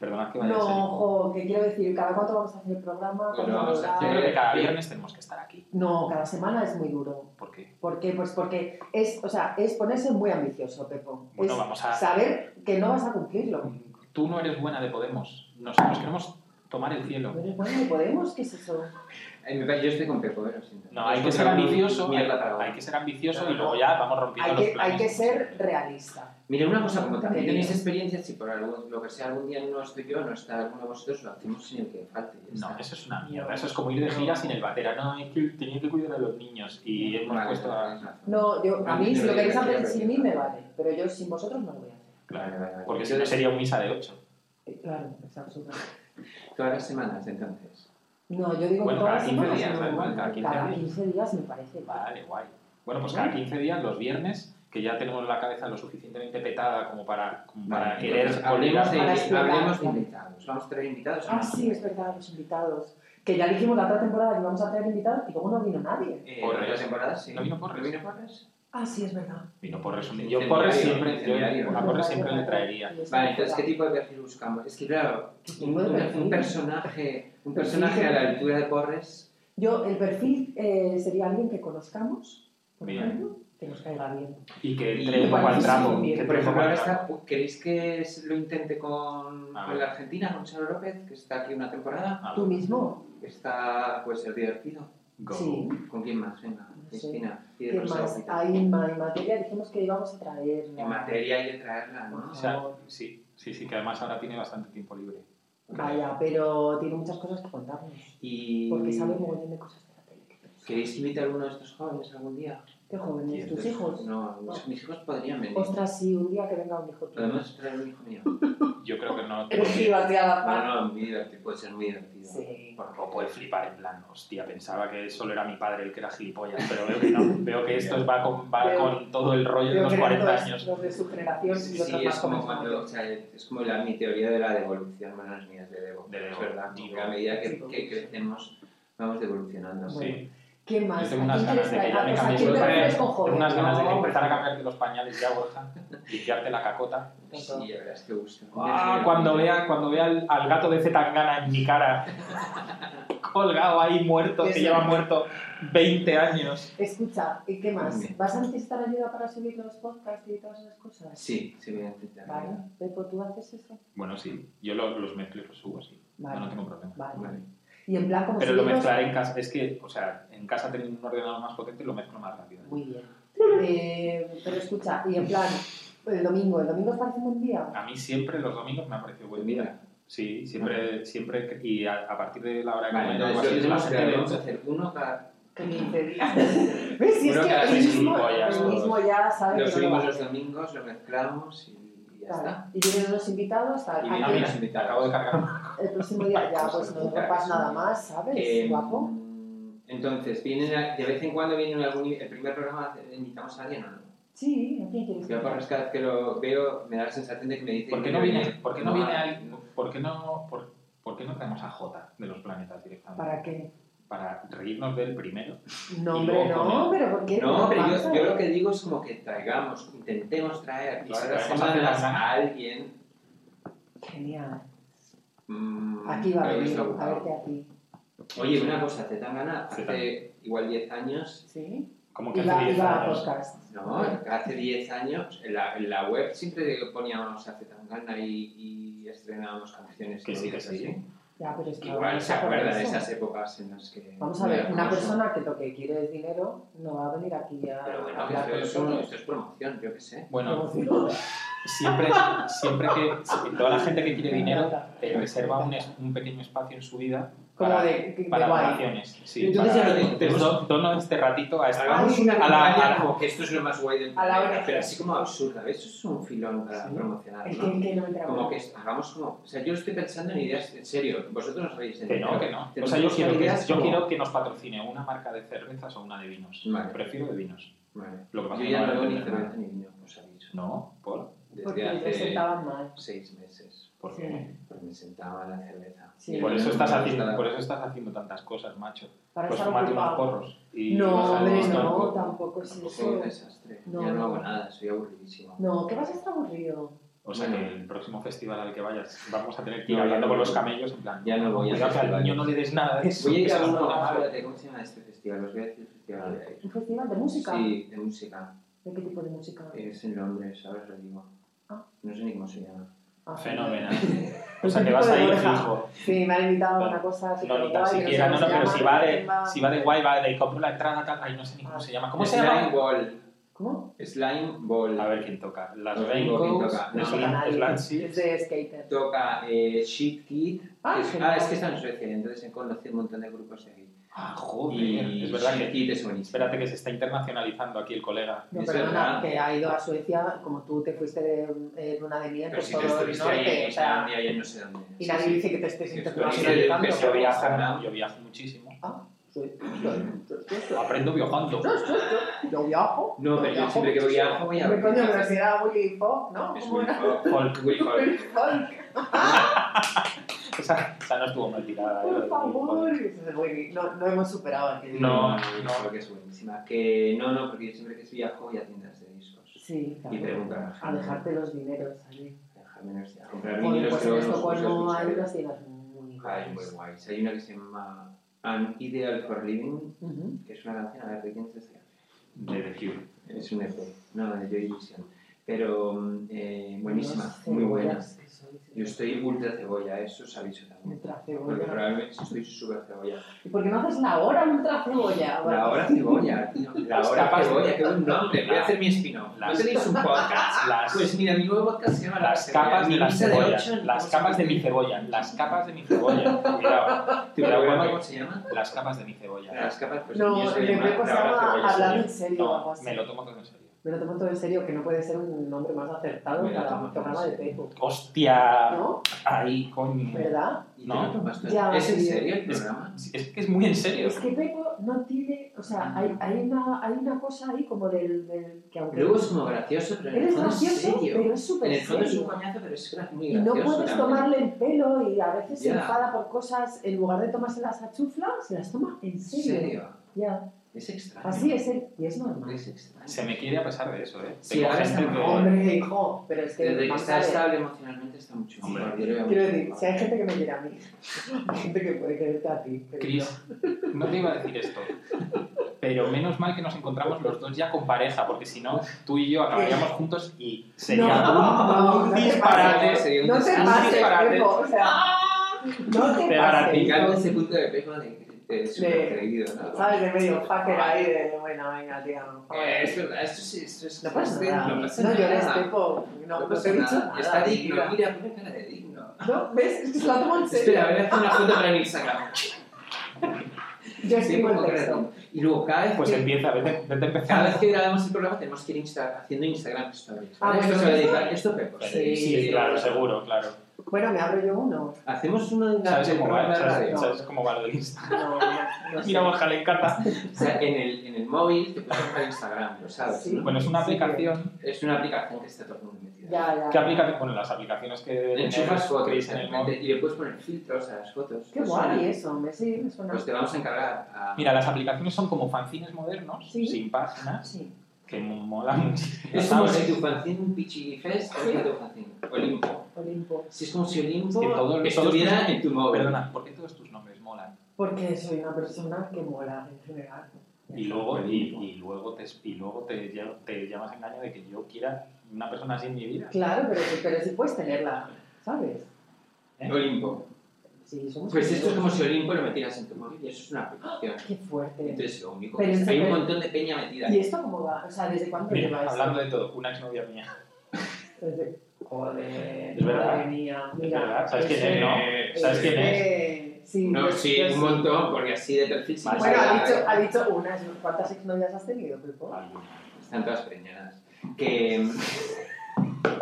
S3: Perdonad que vaya
S2: no,
S3: en serio.
S2: ojo, que quiero decir, cada cuánto vamos a hacer el programa,
S1: Bueno,
S2: cuándo
S1: vamos a
S3: Yo
S2: hablar.
S3: creo que cada viernes tenemos que estar aquí.
S2: No, cada semana es muy duro.
S3: ¿Por qué?
S2: ¿Por qué? Pues porque es, o sea, es ponerse muy ambicioso, Pepo.
S3: Bueno,
S2: es
S3: vamos a-
S2: saber que no vas a cumplirlo.
S3: Tú no eres buena de Podemos. Nosotros queremos tomar el cielo.
S2: Pero bueno, podemos, ¿qué es eso?
S1: Eh, me parece- yo estoy con Pepo, eh, lo siento.
S3: No, hay
S1: Es
S3: que ser
S1: muy-
S3: ambicioso,
S1: muy
S3: hay,
S1: atrapado.
S3: hay que ser ambicioso
S2: No,
S3: y
S2: no.
S3: luego ya vamos rompiendo
S2: Hay
S3: los
S2: que,
S3: planes.
S2: hay que ser realista.
S1: Mira, una cosa, como también
S2: Mira.
S1: tenéis experiencia, si por algún, lo que sea algún día no estoy yo, no está alguno de vosotros, lo hacemos sin el que falte. ya
S3: No,
S1: está.
S3: eso es una mierda. Eso es como ir de gira sin el batera. No, es que tenía que cuidar a los niños y hemos
S1: Vale,
S3: puesto a...
S1: tenéis razón.
S2: No, yo, a
S1: Ah,
S2: mí,
S1: yo
S2: si lo
S1: creo
S2: queréis
S1: que
S2: hacer
S1: ya
S2: sin mí,
S1: aprendí.
S2: me vale. Pero yo sin vosotros no lo voy a hacer. Eh,
S1: Vale, vale, vale.
S3: Porque si no
S1: Entonces,
S3: sería un misa de 8.
S2: Claro, exacto.
S1: Todas las semanas, entonces.
S2: No, yo digo
S3: Bueno,
S2: que todas
S3: cada 15
S2: las semanas,
S3: días, da
S2: no,
S3: igual, cada 15
S2: cada
S3: días.
S2: 15 días me parece.
S3: Vale, guay. Bueno, pues cada 15 días, los viernes, que ya tenemos la cabeza lo suficientemente petada como para, como para
S1: Vale,
S3: querer
S1: entonces,
S3: oler
S1: hablemos de,
S2: Para explorar.
S1: hablemos de invitados. Vamos a traer invitados.
S2: Ah, sí, es verdad, los invitados. Que ya dijimos la otra temporada que íbamos a traer invitados y luego no vino nadie.
S1: Eh,
S3: Porres.
S1: ¿La temporada? Sí.
S3: ¿No vino Porres?
S1: ¿No vino Porres?
S2: Ah, sí, es verdad.
S3: Vino Porres un día.
S1: Incendiario,
S3: Yo Porres siempre,
S1: incendiario.
S3: yo a Porres siempre le traería.
S1: Vale, entonces, ¿qué tipo de perfil buscamos? Es que, claro, un,
S2: tipo de
S1: un-
S2: perfil?
S1: un personaje, un personaje a la altura de Porres.
S2: Yo, el perfil eh, sería alguien que conozcamos, por
S3: Bien.
S2: ejemplo, que nos caiga bien.
S3: Y que
S1: Y
S3: entre un poco al
S2: parece
S3: trapo.
S2: muy bien,
S3: que
S1: Por
S3: entre un poco
S1: ejemplo,
S3: al
S1: ahora
S3: trapo.
S1: está, ¿queréis que es- lo intente con,
S3: Ah.
S1: con la Argentina, con Charo López, que está aquí una temporada?
S3: Ah,
S2: Tú mismo.
S1: Está, puede ser divertido.
S3: go.
S2: Sí.
S1: ¿Con quién más? Venga,
S2: No sé.
S1: Cristina. pide
S2: ¿Qué
S1: rosa
S2: más?
S1: bonita.
S2: Ahí en, ma- en materia dijimos que íbamos a traer. la-
S1: En materia hay que traerla, ¿no?
S3: O sea, sí, sí, sí, que además ahora tiene bastante tiempo libre.
S2: Vaya, pero tiene muchas cosas que contarnos.
S1: Y...
S2: Porque sabe mogollón de cosas de la tele. que pensamos.
S1: ¿Queréis invitar a uno de estos jóvenes algún día?
S2: ¿Qué jóvenes? ¿Tus hijos?
S1: No, mis, mis hijos podrían venir.
S2: Ostras, sí, un día que venga un hijo tuyo.
S1: Podemos Ah, traer un hijo mío.
S3: Yo creo que no.
S2: Pero sí, va a tirar la
S1: No,
S2: par.
S1: no, muy divertido, puede ser muy divertido.
S2: Sí.
S3: O puede flipar en plan, hostia, pensaba que solo era mi padre el que era gilipollas, pero veo que no. Veo que esto va con, va
S2: Veo-
S3: con todo el rollo de
S2: Creo
S3: los
S2: que
S3: 40
S2: eran
S3: años.
S2: Los de su generación
S1: Sí,
S2: y otros
S1: sí, es
S2: más
S1: como,
S2: jóvenes.
S1: cuando, o sea, es como la, mi teoría de la devolución, bueno, no es mía, es de Devo, es
S3: De Devo,
S1: verdad, como
S3: digo.
S1: que a medida que,
S2: Sí,
S1: que crecemos vamos devolucionando.
S2: Bueno,
S3: Sí.
S2: ¿Qué
S3: Yo
S2: más?
S3: tengo
S2: ¿A
S3: unas
S2: quién
S3: ganas
S2: quieres
S3: de que
S2: traer?
S3: ya me
S2: O sea, ¿a quién
S3: cambies
S2: prefieres
S3: los
S2: con
S3: pañales. Tengo
S2: joven?
S3: unas ganas de que
S2: No,
S3: empezar a cambiarte los pañales ya, Borja. Limpiarte la cacota.
S1: Sí, la verdad es que gusta.
S3: Ah, cuando vea, cuando vea al, al gato de Zetangana en mi cara, colgado ahí muerto, que
S2: Eso.
S3: lleva muerto 20 años.
S2: Escucha, ¿y qué
S1: Bien.
S2: más? ¿Vas a necesitar ayuda para subir los podcasts y todas esas cosas?
S1: Sí, sí, voy a intentar.
S2: Vale, Pepo, ¿tú haces eso?
S3: Bueno, sí, yo lo- los mezclo y los subo, sí.
S2: Vale.
S3: No, no tengo problema.
S2: Vale. pues
S1: Vale.
S2: Y en plan, como
S3: Pero lo
S2: subirlos-
S3: mezclaré en casa. Es que, o sea, en casa teniendo un ordenador más potente lo mezclo más rápido.
S2: Muy bien. Eh, pero escucha, y en plan, el domingo, ¿el domingo os parece un buen día?
S3: A mí siempre los domingos me ha parecido buen día.
S1: pues Mira,
S3: Sí, siempre, siempre. que- Y a, a partir de la hora de
S1: vale,
S3: comer, o algo
S1: entonces
S3: así,
S1: lo
S3: es la
S1: tenemos
S3: gente
S1: claro,
S3: de
S1: vamos a
S3: once.
S1: hacer uno cada...
S2: Que 15 días. ¿Ves? Si es
S1: Uno
S2: que
S1: cada
S2: el
S1: seis
S2: mismo,
S3: gilipollas,
S2: el mismo
S3: todos.
S2: ya sabe
S1: Lo
S2: que no lo va
S1: subimos
S2: a
S1: los
S2: hacer.
S1: domingos, lo mezclamos y, y ya
S2: Claro.
S1: está.
S2: Y vienen unos invitados, tal.
S1: Y
S2: Ay,
S3: A
S1: vienen
S3: mí
S1: los
S3: me
S1: invitados.
S3: acabo de cargar.
S2: el próximo día ya, pues no rompas nada más, ¿sabes?
S1: Eh,
S2: Guapo.
S1: Entonces, vienen a- de vez en cuando vienen algún... El primer programa eh, invitamos a alguien o no.
S2: Sí, ¿a quién quieres?
S1: Yo por cada vez que lo veo me da la sensación de que me dice...
S3: ¿Por qué no viene, por qué no viene
S1: ah,
S3: alguien- ¿Por qué no, por, por qué no traemos a Jota de los planetas directamente?
S2: ¿Para qué?
S3: Para reírnos del primero.
S2: No,
S3: Y
S2: hombre,
S3: luego
S2: no,
S3: con-
S2: pero ¿por qué?
S1: No, pero
S2: Pasa.
S1: yo, yo lo que digo es como que traigamos, intentemos traer
S3: Y
S1: todas
S3: si
S1: las
S3: traemos a
S1: semanas
S3: Zetangana.
S1: a alguien.
S2: Genial.
S1: mm,
S2: Aquí va a
S1: creo que
S2: venir,
S1: está
S2: a
S1: ocupado.
S2: verte aquí.
S1: Oye, una cosa, Zetangana
S3: Zetangana.
S1: hace igual 10 años,
S2: ¿Sí?
S3: Como que
S2: Y
S3: hace
S2: va, y
S3: 10
S2: va a
S3: años.
S2: podcast.
S1: ¿no? Hace 10 años en la, en la web siempre poníamos a Zetangana y, y estrenábamos canciones.
S3: Que
S1: y
S3: sí, que
S1: cosas así.
S3: sí.
S2: Ya, pero es que
S1: Igual
S2: vamos
S1: se
S2: a por
S1: acuerdan de
S2: eso.
S1: esas épocas en las que...
S2: Vamos a ver,
S1: era
S2: una
S1: famoso.
S2: persona que lo que quiere es dinero no va a venir aquí a
S1: Pero bueno, que
S2: hablar
S1: esto
S2: con
S1: es, un-
S2: nosotros.
S1: esto es promoción, yo qué sé.
S3: Bueno,
S2: Como si-
S3: siempre, siempre que si- toda la gente que quiere dinero eh, reserva un, es- un pequeño espacio en su vida
S2: Como
S3: para,
S2: de- de
S3: para
S2: guay.
S3: donaciones. Sí,
S1: Entonces
S3: para-
S1: ya lo tengo.
S3: Entonces, do- dono este ratito a esta.
S1: Hagamos una
S3: a la-
S1: campaña
S3: a la-
S1: como que esto es lo más guay del
S2: A la
S1: planeta,
S2: ONG.
S1: pero así como absurda, ¿ves? Eso es un filón para
S2: Sí.
S1: promocionar,
S2: Es que,
S1: ¿no?
S2: que no entra
S1: Como que es- hagamos como... O sea, yo estoy pensando en ideas, en serio, vosotros os reís de
S3: Que
S1: mí,
S3: no,
S1: pero
S3: que no. O
S1: tenemos
S3: sea, yo quiero que,
S1: ideas
S3: yo
S1: como-
S3: quiero que nos patrocine una marca de cervezas o una de vinos.
S1: Vale.
S3: Prefiero de vinos.
S1: Vale.
S3: Lo que pasa
S1: Yo
S3: es
S1: ya no
S3: que no
S1: veo
S3: voy a
S1: ni
S3: entender
S1: cerveza ni vino, os aviso.
S3: No, por.
S1: Desde
S2: Porque ellos
S1: hace
S2: estaban mal.
S1: seis meses,
S3: ¿Por
S2: Sí.
S3: qué?
S1: pues me sentaba a la cerveza.
S2: Sí.
S3: Por
S1: Y
S3: eso
S1: no
S3: estás
S1: me
S3: haciendo,
S1: gustaba.
S3: por eso estás haciendo tantas cosas, macho.
S2: Para
S3: Pues
S2: estar
S3: fumarte unos
S2: ocupado.
S3: porros. Y
S2: No,
S3: bajar
S2: hombre,
S3: un
S2: no,
S3: montón.
S2: tampoco es
S1: Tampoco
S2: eso.
S1: un desastre.
S2: No,
S1: ya no
S2: no.
S1: hago nada, soy aburridísimo.
S2: No, que vas a estar aburrido.
S3: O sea
S1: Bueno.
S3: que el próximo festival al que vayas vamos a tener que ir
S1: No, ya
S3: hablando
S1: no.
S3: con los camellos en plan.
S1: Ya no voy a
S3: Cuidado que al
S1: festivales.
S3: niño no le des nada ¿eh? de eso.
S1: Voy a ir
S3: que se
S1: a
S3: nos
S1: uno,
S3: ponga malo.
S1: espérate, ¿cómo se llama este festival? Os voy a decir el festival al que voy a ir.
S2: ¿Un festival de música?
S1: Sí, Eh, de música.
S2: ¿De qué tipo de música?
S1: Es en Londres, ahora os lo digo.
S2: Ah.
S1: No sé ni cómo se llama.
S2: Ah,
S3: Fenomenal. O sea que vas a ir fijo.
S2: Sí, me han invitado a una
S3: No,
S2: cosa así
S3: No, ni
S2: como
S3: tan
S2: guay,
S3: siquiera, no,
S2: sé
S3: no,
S2: cómo
S3: pero
S2: se
S3: si
S2: llama,
S3: va de,
S2: quién va.
S3: si va de guay, va de compro la entrada, tal, ay, no sé ni cómo se llama. ¿Cómo se llama?
S1: Slime Ball.
S2: ¿Cómo?
S1: Slime Ball.
S3: A ver quién toca. Las
S1: Los
S3: Raincoats,
S1: Raincoats,
S3: los
S1: no,
S3: Lan-
S2: nadie.
S3: los Lancy.
S2: Es de skater.
S1: Toca eh, Shit Kid.
S2: Ah,
S1: que es,
S2: genial.
S1: ah, es que está en Suecia, entonces he conocido un montón de grupos de ahí.
S3: Ah, joder.
S1: y
S3: Es verdad
S1: Shit
S3: que.
S1: Kid es buenísimo.
S3: Espérate que se está internacionalizando aquí el colega.
S2: No,
S1: Es
S2: perdona,
S1: verdad.
S2: que ha ido a Suecia, como tú te fuiste de eh, luna de miel
S1: Pero
S2: por
S1: si tú
S2: todo el
S1: estuviste ahí
S2: norte,
S1: en
S2: o sea,
S1: Islandia y en no sé dónde.
S2: y
S1: Sí,
S2: nadie
S1: sí.
S2: dice que te estés
S1: Sí, estoy-
S2: internacionalizando.
S3: Yo
S1: estoy-
S3: viajo,
S1: Ojalá.
S3: yo viajo muchísimo.
S2: Ah, sí.
S3: Aprendo viajando.
S2: Yo viajo.
S1: No, pero yo siempre que voy a voy a
S2: Me
S1: ver.
S2: coño, pero si era Willy Fox, ¿no?
S1: Es
S2: ¿Cómo
S1: Will
S2: era?
S1: Folk.
S3: Folk.
S1: Will Folk.
S2: Willy Fox.
S3: Esa, esa no estuvo mal tirada. ¿eh?
S2: Por favor. Ese es bueno. No, no hemos superado aquel
S8: No,
S1: no, porque es buenísima. Que no, no, porque yo siempre que viajo voy a tiendas de discos.
S2: Sí,
S1: Y
S2: claro.
S1: pregunto a la gente.
S2: A dejarte los dineros, ¿sabes?
S1: Déjame a comprar
S2: Joder,
S1: vinilos
S2: pues
S1: que
S2: en
S1: luego los
S2: Estocolmo
S1: uso,
S2: hay
S1: los
S2: unas
S1: uso.
S2: tiendas muy
S1: Hay
S3: pues.
S1: muy
S2: buenas.
S1: guays. Hay una que se llama An Ideal for Living,
S2: Ujú.
S1: que es una canción, a ver, ¿de quién es esta?
S3: De The Cure.
S1: Es
S3: E
S1: un EP, no, de Joy Division. Pero mm, eh, buenísima,
S2: Unas
S1: muy buena.
S2: cebollas que sois.
S1: Yo estoy ultra cebolla, eso os aviso también.
S2: Ultra
S1: Porque
S2: cebolla.
S1: probablemente estoy súper cebolla.
S2: ¿Y por qué no haces la hora ultra cebolla?
S1: La hora cebolla, tío. La
S3: Ah, Pues
S1: hora
S3: capaz de-
S1: cebolla, qué buen nombre. Voy a hacer mi espino.
S3: Las-
S1: ¿No tenéis un podcast?
S3: Las,
S1: Pues mira, mi nuevo podcast se llama
S3: las
S1: Cebolla,
S3: capas
S1: mi
S3: de las
S1: misa de
S3: cebollas.
S1: ocho en-
S3: Las capas de mi cebolla. Las capas de mi cebolla. Cuidado.
S1: ¿Tu programa
S3: Cuidado,
S1: cómo se llama?
S3: Las capas de mi cebolla.
S1: Las capas, pues
S2: No,
S1: mi se
S2: el
S1: llama
S2: EP se
S1: La hora
S2: llama
S1: cebolla.
S2: Hablando en serio. o algo
S3: No,
S2: así.
S3: me lo tomo todo en serio.
S2: Me lo tomo todo en serio, que no puede ser un nombre más acertado
S1: Me lo
S2: para
S1: tomo
S2: un
S1: todo en
S2: programa de
S1: serio. Ah.
S2: Pepo.
S3: ¡Hostia!
S2: ¿No?
S3: Ahí, coño.
S2: ¿Verdad?
S1: ¿Y te
S3: No.
S1: lo tomas tú?
S2: Ya,
S1: ¿Es en
S2: sí.
S1: serio el programa?
S3: Sí, Es que es muy en serio.
S2: Es que Pepo no tiene. O
S1: Ah.
S2: sea, hay, hay, una, hay una cosa ahí como del. del- que aunque.
S1: Luego es como gracioso, pero en el
S2: eres
S1: fondo es
S2: gracioso,
S1: serio.
S2: pero es
S1: En
S2: súper
S1: el fondo es un
S2: serio.
S1: coñazo, pero es gra- muy
S2: Y no
S1: gracioso.
S2: puedes
S1: también.
S2: tomarle el pelo y a veces se
S1: Ya.
S2: enfada por cosas. En lugar de tomárselas a chufla, se las toma en
S1: ¿En
S2: serio.
S1: serio?
S2: Ya.
S1: Es extraño.
S2: Así es él. Y es normal.
S1: Es extraño.
S3: Se me quiere a pesar de eso, ¿eh?
S1: Sí,
S3: Tengo
S1: ahora
S3: gente
S1: está
S3: que-
S1: mejor.
S2: Hombre, hijo. Pero es que.
S1: Desde que
S2: vamos
S1: está
S2: a ver.
S1: estable emocionalmente está mucho
S3: Hombre.
S1: mejor. Yo lo veo
S2: Quiero
S1: mucho
S2: decir,
S1: mejor.
S2: si hay gente que me quiere a mí, hay gente que puede quererte a ti. pero
S3: Cris, no te iba a decir esto, pero menos mal que nos encontramos los dos ya con pareja, porque si no, tú y yo acabaríamos juntos y sería
S2: No,
S3: un,
S2: no
S3: un
S2: te
S3: disparate.
S1: pases.
S2: No te
S3: Un
S2: pases,
S3: disparate.
S2: Pepo, o sea, no te
S3: Pero ahora
S1: Me
S2: pases.
S1: encanta ese punto de peco de que es
S2: De-
S1: súper creído, ¿no?
S2: ¿Sabes? De medio fucker ahí de, bueno, venga, tío.
S1: Eh, Es verdad, esto sí, esto es...
S2: No pasa
S1: esto
S2: nada.
S1: No pasa
S2: No llores,
S1: nada.
S2: Pepo. No,
S1: No
S2: no
S1: pasa
S2: te he dicho
S1: nada.
S2: nada.
S1: Está digno,
S2: mira.
S1: mira, pone cara de digno.
S2: ¿No? ¿Ves? Es que se la tomo en serio.
S1: Espera, voy a hacer una foto para mi Instagram.
S2: Yo
S1: Sí,
S2: escribo
S1: como
S2: el
S1: cara de
S2: texto.
S1: digno. Y luego cada vez
S3: Este Pues
S1: que
S3: empieza, vete, vete
S1: Cada vez
S3: empezando.
S1: que grabamos el programa tenemos que ir Insta- haciendo Instagram stories.
S2: Ah,
S1: ¿vale?
S2: bueno,
S1: esto se va a
S2: ¿esto?
S1: dedicar, esto Pepo.
S2: Sí.
S3: Sí, claro, seguro, claro.
S2: Bueno, me abro yo uno.
S1: Hacemos uno de
S3: ¿Sabes
S1: del
S3: cómo va?
S1: programa de
S3: ¿Sabes,
S1: radio.
S3: sabes cómo va lo del Insta?
S2: No, no, no sé.
S3: Mira, Borja, le encanta.
S1: O sea, en el, en el móvil te puedes comprar Instagram, lo sabes.
S2: Sí.
S1: ¿no?
S3: Bueno, es una
S2: Sí.
S3: aplicación.
S1: Es una aplicación que está todo el mundo metida.
S2: Ya, ya.
S3: ¿Qué aplicación? Bueno, las aplicaciones que debe
S1: Le
S3: tener
S1: enchufas fotos
S3: Chris en el móvil.
S1: y le puedes poner filtros a las fotos.
S2: Qué
S1: ¿Te
S2: guay
S1: suena?
S2: eso, me sí, me suena.
S1: Pues te vamos a encargar a...
S3: Mira, las aplicaciones son como fanzines modernos,
S2: Sí.
S3: sin páginas,
S2: Sí.
S3: que mo- mola muchísimo.
S1: es como
S3: ¿sabes?
S1: si tu fanzine Pichi Fest fuera tu fanzine Olimpo.
S2: Olimpo.
S1: Si es como si Olimpo
S3: Que todo- que todo-
S1: estuviera en tu móvil.
S3: Perdona, ¿por qué todos tus nombres molan?
S2: Porque soy una persona que mola en general.
S3: Y luego, y, y luego, te, y luego te, lle- te llamas a engaño de que yo quiera una persona así en mi vida.
S2: Claro, pero, pero sí puedes tenerla, ¿sabes?
S3: ¿Eh?
S1: Olimpo.
S2: Sí, somos
S1: Pues esto es
S2: amigos.
S1: como si Olimpo lo metieras en tu móvil y eso es una aplicación.
S2: Qué fuerte.
S1: Entonces, lo único
S2: Pero
S1: que
S2: es
S1: hay un
S2: que-
S1: montón de peña metida.
S2: ¿Y esto cómo va? O sea, ¿desde cuándo
S3: Mira,
S2: lleva esto?
S3: hablando de todo, una exnovia mía.
S2: Desde... Joder,
S3: Es verdad.
S2: madre mía. Mira,
S3: Es verdad, ¿sabes
S2: pues,
S3: quién es, no?
S1: Eh,
S3: ¿Sabes quién es?
S2: eh, Sí,
S1: No,
S2: yo-
S1: sí,
S2: yo
S1: un montón, porque así de perfil sí.
S3: Vale.
S2: Bueno,
S1: que
S2: ha
S1: sabe.
S2: dicho, ha dicho unas. ¿Cuántas exnovias has tenido, Pepo?
S1: Están todas preñadas. Que. mm,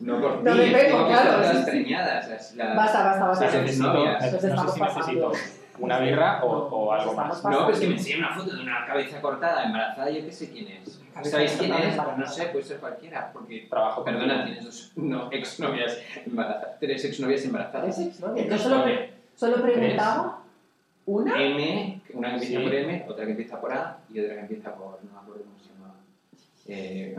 S1: no por ti,
S2: No me
S1: es
S2: pego,
S1: como que
S2: claro,
S1: están todas
S2: sí, sí.
S1: preñadas. las- las-
S2: Basta, basta,
S1: O sea,
S2: basta.
S1: se te-
S3: Necesito,
S1: novias.
S3: no
S2: Nos
S3: sé
S2: estamos
S3: si necesito
S2: pasando.
S3: una birra o, o algo
S2: Nos
S3: más.
S2: estamos
S1: No, pues que me
S2: pasando.
S1: enseñen una foto de una cabeza cortada, embarazada, yo qué sé quién es. ¿Sabéis quién es? Pues no sé, puede ser cualquiera, porque. oh,
S3: Trabajo con-
S1: Perdona, tienes dos no, exnovias embarazadas, tres exnovias
S2: ¿Tres
S1: embarazadas.
S2: exnovias? Yo solo, pre- solo preguntaba una.
S1: M, una que empieza
S3: Sí.
S1: por M, otra que empieza por A y otra que empieza por. No me acuerdo cómo se llama. Eh,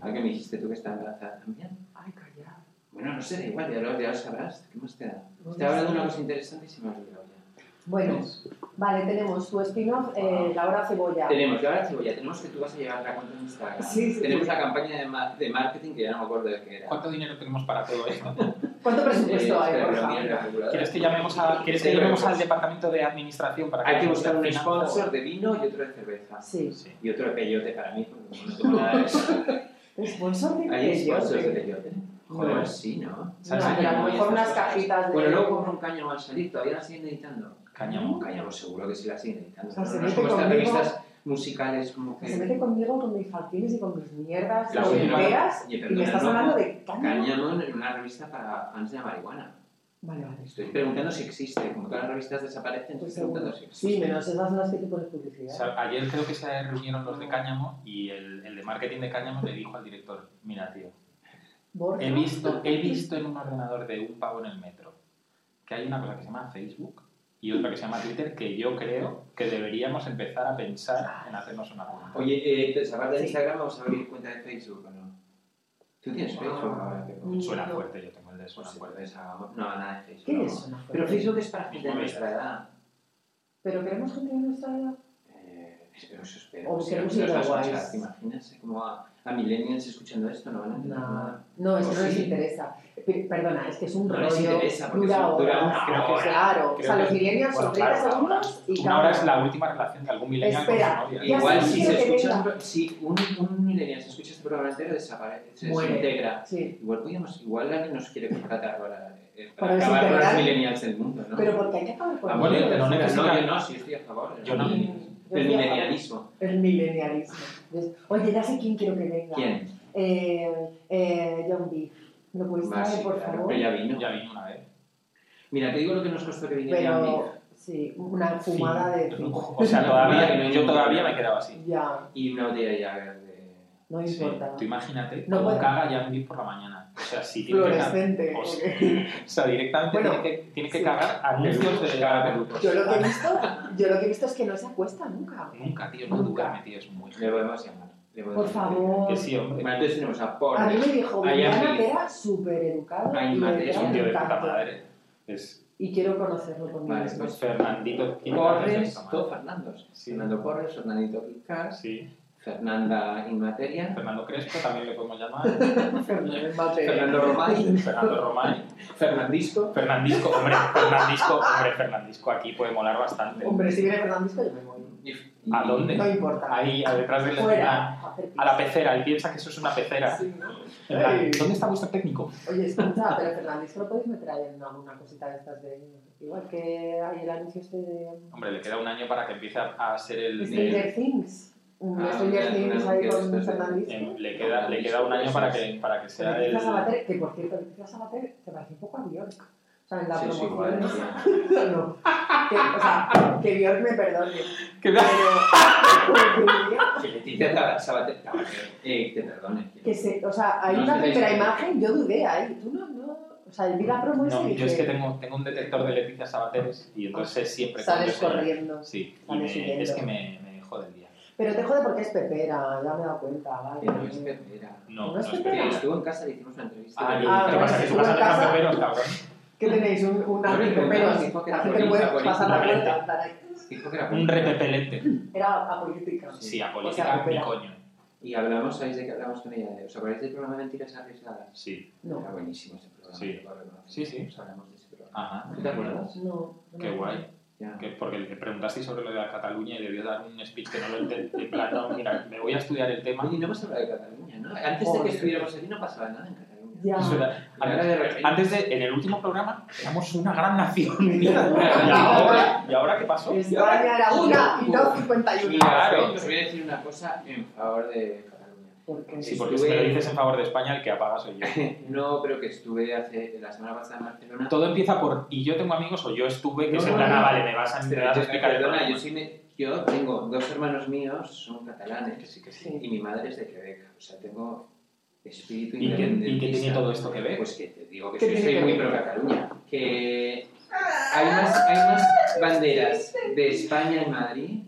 S1: ah, que me dijiste tú que está embarazada también.
S2: Ay, callado.
S1: Bueno, no sé, da igual, ya lo, ya lo sabrás. ¿Qué más te da?
S2: No
S1: Estaba
S2: sé.
S1: hablando de una cosa interesante y se me ha olvidado ya. Pues,
S2: Bueno,
S1: ¿Ves?
S2: vale, tenemos tu spin-off, eh, La Hora Cebolla.
S1: Tenemos la hora de cebolla, tenemos que tú vas a llevar la cuenta en Instagram.
S2: Sí, sí,
S1: tenemos
S2: sí.
S1: la campaña de, ma- de marketing que ya no me acuerdo de qué era.
S3: ¿Cuánto dinero tenemos para todo esto?
S2: ¿Cuánto presupuesto
S1: Eh,
S2: hay,
S1: espera, lo
S2: por
S1: miro en
S2: favor?
S1: la calculadora.
S3: ¿Quieres que llamemos, a, ¿quieres que
S1: Sí,
S3: llamemos
S1: pues.
S3: al departamento de administración para que
S1: Hay que
S3: nos
S1: buscar un
S3: financie?
S1: sponsor de vino y otro de cerveza.
S2: Sí.
S3: Sí.
S1: Y otro de peyote para mí, porque como no tomo nada de eso.
S2: ¿Sponsor de
S1: Hay
S2: ellos?
S1: sponsors de peyote. Joder,
S2: No.
S1: sí, ¿no?
S2: No,
S3: ¿Sabes?
S2: pero a lo
S1: Hay
S2: mejor unas
S1: estas cosas.
S2: cajitas de...
S1: Bueno, luego compro un cáñamo al salir, todavía la siguen editando.
S3: Cáñamo.
S1: Cáñamo, seguro que sí la siguen editando.
S2: O sea,
S1: no
S2: se
S1: no
S2: mete
S1: somos tan
S2: conmigo-
S1: revistas musicales como que.
S2: Se mete conmigo con mis factines y con mis mierdas
S1: La
S2: y
S1: última-
S2: pegas
S1: Oye,
S2: y
S1: perdona,
S2: me estás
S1: no,
S2: hablando de caña.
S1: Cáñamo en una revista para fans de la marihuana.
S2: Vale, vale.
S1: Estoy preguntando si existe. Como todas las revistas desaparecen,
S2: Pues
S1: estoy
S2: seguro.
S1: preguntando si existe.
S2: Sí, menos esas son las que tú pones
S3: O
S2: publicidad.
S3: sea, ayer creo que se reunieron los de Cáñamo y el, el de marketing de Cáñamo le dijo al director, mira tío,
S2: Borja.
S3: he visto, he visto en un ordenador de un pavo en el metro que hay una cosa que se llama Facebook y otra que se llama Twitter que yo creo que deberíamos empezar a pensar en hacernos una cuenta.
S1: Oye, eh, aparte de Instagram, vamos a abrir cuenta de Facebook, ¿o no? ¿Tú tienes Facebook ahora?
S6: Mm.
S3: Suena
S6: no.
S3: fuerte, yo tengo el de suena
S1: Pues,
S3: fuerte.
S1: pues, hagamos- No, nada de Facebook.
S2: ¿Qué
S1: no.
S2: es? una
S1: Pero
S2: fuente?
S1: Facebook es para gente de nuestra edad.
S6: Pero queremos gente de nuestra edad.
S1: Eh, os espero.
S2: O
S1: Si
S2: queremos
S1: no
S2: ir
S1: os
S2: de
S1: las
S2: guays.
S1: escuchas, ¿Te imaginas? Como a, a millennials escuchando esto, no van a entender nada.
S2: No, no, eso
S1: Pues
S2: no les
S1: sí.
S2: interesa. Pe- Perdona, es que es un
S1: No
S2: rollo.
S1: les interesa porque
S2: dura
S1: son- dura
S2: horas.
S3: una hora.
S2: Claro, o sea,
S3: Creo
S2: los
S3: que-
S2: millennials
S3: bueno,
S2: son 30
S3: claro,
S2: segundos y
S3: Una hora
S2: cada-
S3: es la última relación de algún millennial
S2: Espera,
S3: con su novia.
S2: Ya
S1: Igual
S2: sé,
S1: si
S2: quiero
S1: se
S2: que
S1: escucha,
S2: venga.
S1: si un, un millennial se escucha este programa entero, desaparece, se
S2: Muere.
S1: desintegra.
S2: Sí,
S1: Igual, podríamos- igual alguien nos quiere contratar para, eh, para
S2: Para
S1: acabar con los
S2: desintegrar.
S1: millennials del mundo, ¿no?
S2: pero porque hay que acabar con
S1: Ah,
S3: Amor,
S1: bueno,
S2: ellos.
S3: pero no
S1: no,
S3: necesita-
S1: yo no, sí estoy a favor.
S3: Yo no.
S2: Yo
S1: Del
S2: estoy a
S1: millennialismo.
S2: favor. El millennialismo. ¿Ves? Oye, ya sé quién quiero que venga.
S1: ¿Quién?
S2: Eh, eh, John B. ¿Lo puedes
S1: Más,
S2: traer,
S1: sí,
S2: Pues por
S1: claro,
S2: favor?
S1: Pero ya vino.
S3: Ya vino una vez.
S1: Mira, te digo lo que nos costó que viniera
S2: Pero,
S1: Yandy.
S2: sí, una fumada de cinco.
S3: O sea, todavía, yo todavía me he quedado así.
S2: Ya,
S1: Y una botella ya de...
S2: no
S3: Sí,
S2: importa.
S3: Tú imagínate
S2: No
S3: cómo
S2: puedo.
S3: caga ya Biff por la mañana. O sea, sí tiene que cagar.
S2: Fluorescente.
S3: O sea,
S2: porque-
S3: o sea, directamente
S2: Bueno,
S3: tiene que, tiene que
S2: sí.
S3: cagar anuncios de cara
S2: Yo lo que he visto, yo lo que he visto es que no se acuesta nunca.
S3: Nunca, tío, no
S2: Nunca.
S3: duerme, tío, es muy
S1: Le
S3: genial.
S1: podemos llamar. Le podemos
S2: Por
S1: llamar.
S2: favor.
S3: Que sí, hombre.
S1: Bueno, entonces tenemos a Paul.
S2: A mí me dijo
S1: Hay
S2: Viviana
S1: alguien-
S2: que era súper educado
S1: Hay
S2: y me
S1: madre,
S3: Es
S2: era
S3: un tío de
S2: un
S3: puta
S2: tanto.
S3: madre. pues, Es,
S2: Y quiero conocerlo con
S1: Vale,
S2: mis
S3: es
S2: ojos.
S3: Fernandito. tiene cara de
S1: Porres,
S3: puta madre.
S1: todo Fernandos.
S3: Sí.
S1: Fernando Porres, Fernandito Picas,
S3: Sí,
S1: Fernanda Inmateria,
S3: Fernando Crespo también le podemos llamar.
S2: Fernández Mateo.
S1: Fernando Romay,
S3: Fernando Romay.
S1: Fernandisco.
S3: Fernandisco, hombre, Fernandisco, hombre, Fernandisco aquí puede molar bastante.
S2: Hombre, si viene Fernandisco yo me voy.
S1: Y-
S3: ¿A dónde?
S2: No importa.
S3: Ahí, a detrás de la
S2: Fuera.
S3: esquina,
S2: A, hacer
S3: a la
S2: pis.
S3: pecera, él piensa que eso es una pecera.
S2: Sí, ¿no?
S3: En plan,
S2: Ey.
S3: ¿Dónde está vuestro técnico?
S2: Oye, escucha, pero Fernandisco lo podéis meter ahí en alguna cosita de estas de... Igual que hay el anuncio este de
S3: Hombre, le queda un año para que empiece a, a ser el... el-
S2: Stranger Things. Un
S1: Ah,
S2: Stranger
S1: un
S2: Things ahí
S1: anuncio de
S2: con
S1: estos de-
S3: em,
S2: Fernandisco.
S3: le, queda, le queda un año para que, para que sea el...
S2: Leticia Sabater, que por cierto, Leticia Sabater se parece un poco a Bjork. O sea, en la
S1: Sí, sí,
S2: promoción...
S1: vale, sí.
S2: No, que, o sea, que Dios me perdone.
S3: Que-
S2: Pero
S1: Que Leticia Taba- Sabater. Tabater, eh, te perdone.
S2: que se, o sea, hay
S1: No
S2: una
S1: sé,
S2: primera
S1: es-
S2: imagen, yo dudé ahí. Tú no, no. O sea, vi la promo esa
S3: No,
S2: y dije,
S3: yo es que tengo, tengo un detector de Leticia Sabateres y entonces sé siempre cuando
S2: sales
S3: es ella.
S2: corriendo.
S3: Sí, y
S2: Sales
S3: me-
S2: huyendo.
S3: es que me, me jode el día.
S2: Pero te jode porque es pepera, ya me he dado cuenta,
S1: Que no es
S2: vale.
S1: pepera.
S3: No,
S2: No
S3: no
S2: es
S3: es
S2: que
S1: Que
S3: verdad.
S1: estuvo en casa y le hicimos una entrevista.
S3: Ah, yo,
S2: Ah,
S3: ¿qué
S2: bueno,
S3: pasa? Que
S2: si
S3: tú vas a
S2: tú en
S3: tener
S2: casa-
S3: peperos, cabrón.
S2: ¿Qué tenéis? Un, un
S1: No, no,
S2: antipeperos.
S1: no, no,
S2: La
S1: no,
S2: gente
S1: no,
S2: puede
S1: no, no,
S2: pasar la
S3: no, no,
S2: puerta. andar ahí.
S1: Dijo que era
S3: Un repepelente.
S2: Era apolítica.
S3: Sí, a
S2: O sea,
S3: política, mi
S2: pepera.
S3: coño.
S1: Y hablamos, ¿sabéis de qué hablamos con ella? ¿Os acordáis del programa Mentiras Arriesgadas?
S3: Sí.
S2: No,
S1: Era buenísimo ese programa.
S3: Sí.
S1: lo reconozco.
S3: Sí, sí. Ah,
S1: Os hablamos de ese programa.
S3: Ajá.
S1: ¿Tú te acuerdas?
S2: no. no.
S3: Qué guay.
S1: Ya.
S3: Que- porque le preguntasteis sobre lo de la Cataluña y debió dar un speech que no lo entendí. En plan, no, mira, me voy a estudiar el tema.
S1: Oye, no hemos hablado de Cataluña, ¿no? Antes de que
S2: Joder.
S1: estuviéramos aquí no pasaba nada en Cataluña.
S2: Ya.
S3: Es verdad.
S1: Y ahora de repente-
S3: Antes de, en el último programa, éramos una gran nación. Y ahora, ¿y ahora qué pasó?
S2: España era una y no 51.
S1: Claro, os voy a decir una cosa en favor de Cataluña.
S2: Porque
S3: Sí, porque si me lo dices en favor de España, el que apaga soy yo.
S1: No, pero que estuve hace la semana pasada en Barcelona.
S3: Todo empieza por y yo tengo amigos o yo estuve, que
S1: No,
S3: se
S1: no,
S3: plan,
S1: no.
S3: ah, vale, me vas a, me
S1: Pero
S3: vas a
S1: yo,
S3: explicar el
S1: perdona, yo,
S3: programa.
S1: sí me- yo tengo dos hermanos míos, son
S3: Que
S1: catalanes,
S3: sí, que sí.
S2: Sí.
S1: y mi madre es de Quebec. O sea, tengo espíritu
S3: ¿Y qué, y qué tiene
S1: independentista.
S3: todo esto que ver?
S1: Pues que te digo que
S2: ¿Qué
S1: soy,
S2: tiene
S1: soy
S2: que
S1: muy
S2: ver?
S1: pro Cataluña. Que hay más, hay más banderas de España en Madrid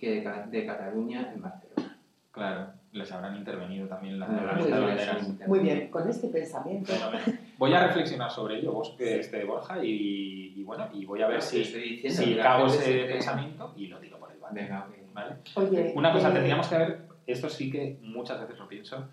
S1: que de, Ca- de Cataluña en Barcelona. Ah, pues
S3: Claro, les habrán intervenido también las
S1: Nada,
S3: las
S2: muy bien.
S3: banderas.
S2: Muy bien, con este pensamiento.
S3: Fenómeno. Voy a reflexionar sobre ello, vos, que este, Borja, y, y bueno, y voy a ver
S1: Te
S3: si,
S1: estoy diciendo
S3: si
S1: que la
S3: cago
S1: gente se
S3: ese
S1: cree-
S3: pensamiento y lo tiro por el bate.
S1: Venga, ok.
S3: ¿vale?
S2: Oye,
S3: Una cosa,
S2: eh,
S3: tendríamos que haber, esto sí que muchas veces lo pienso,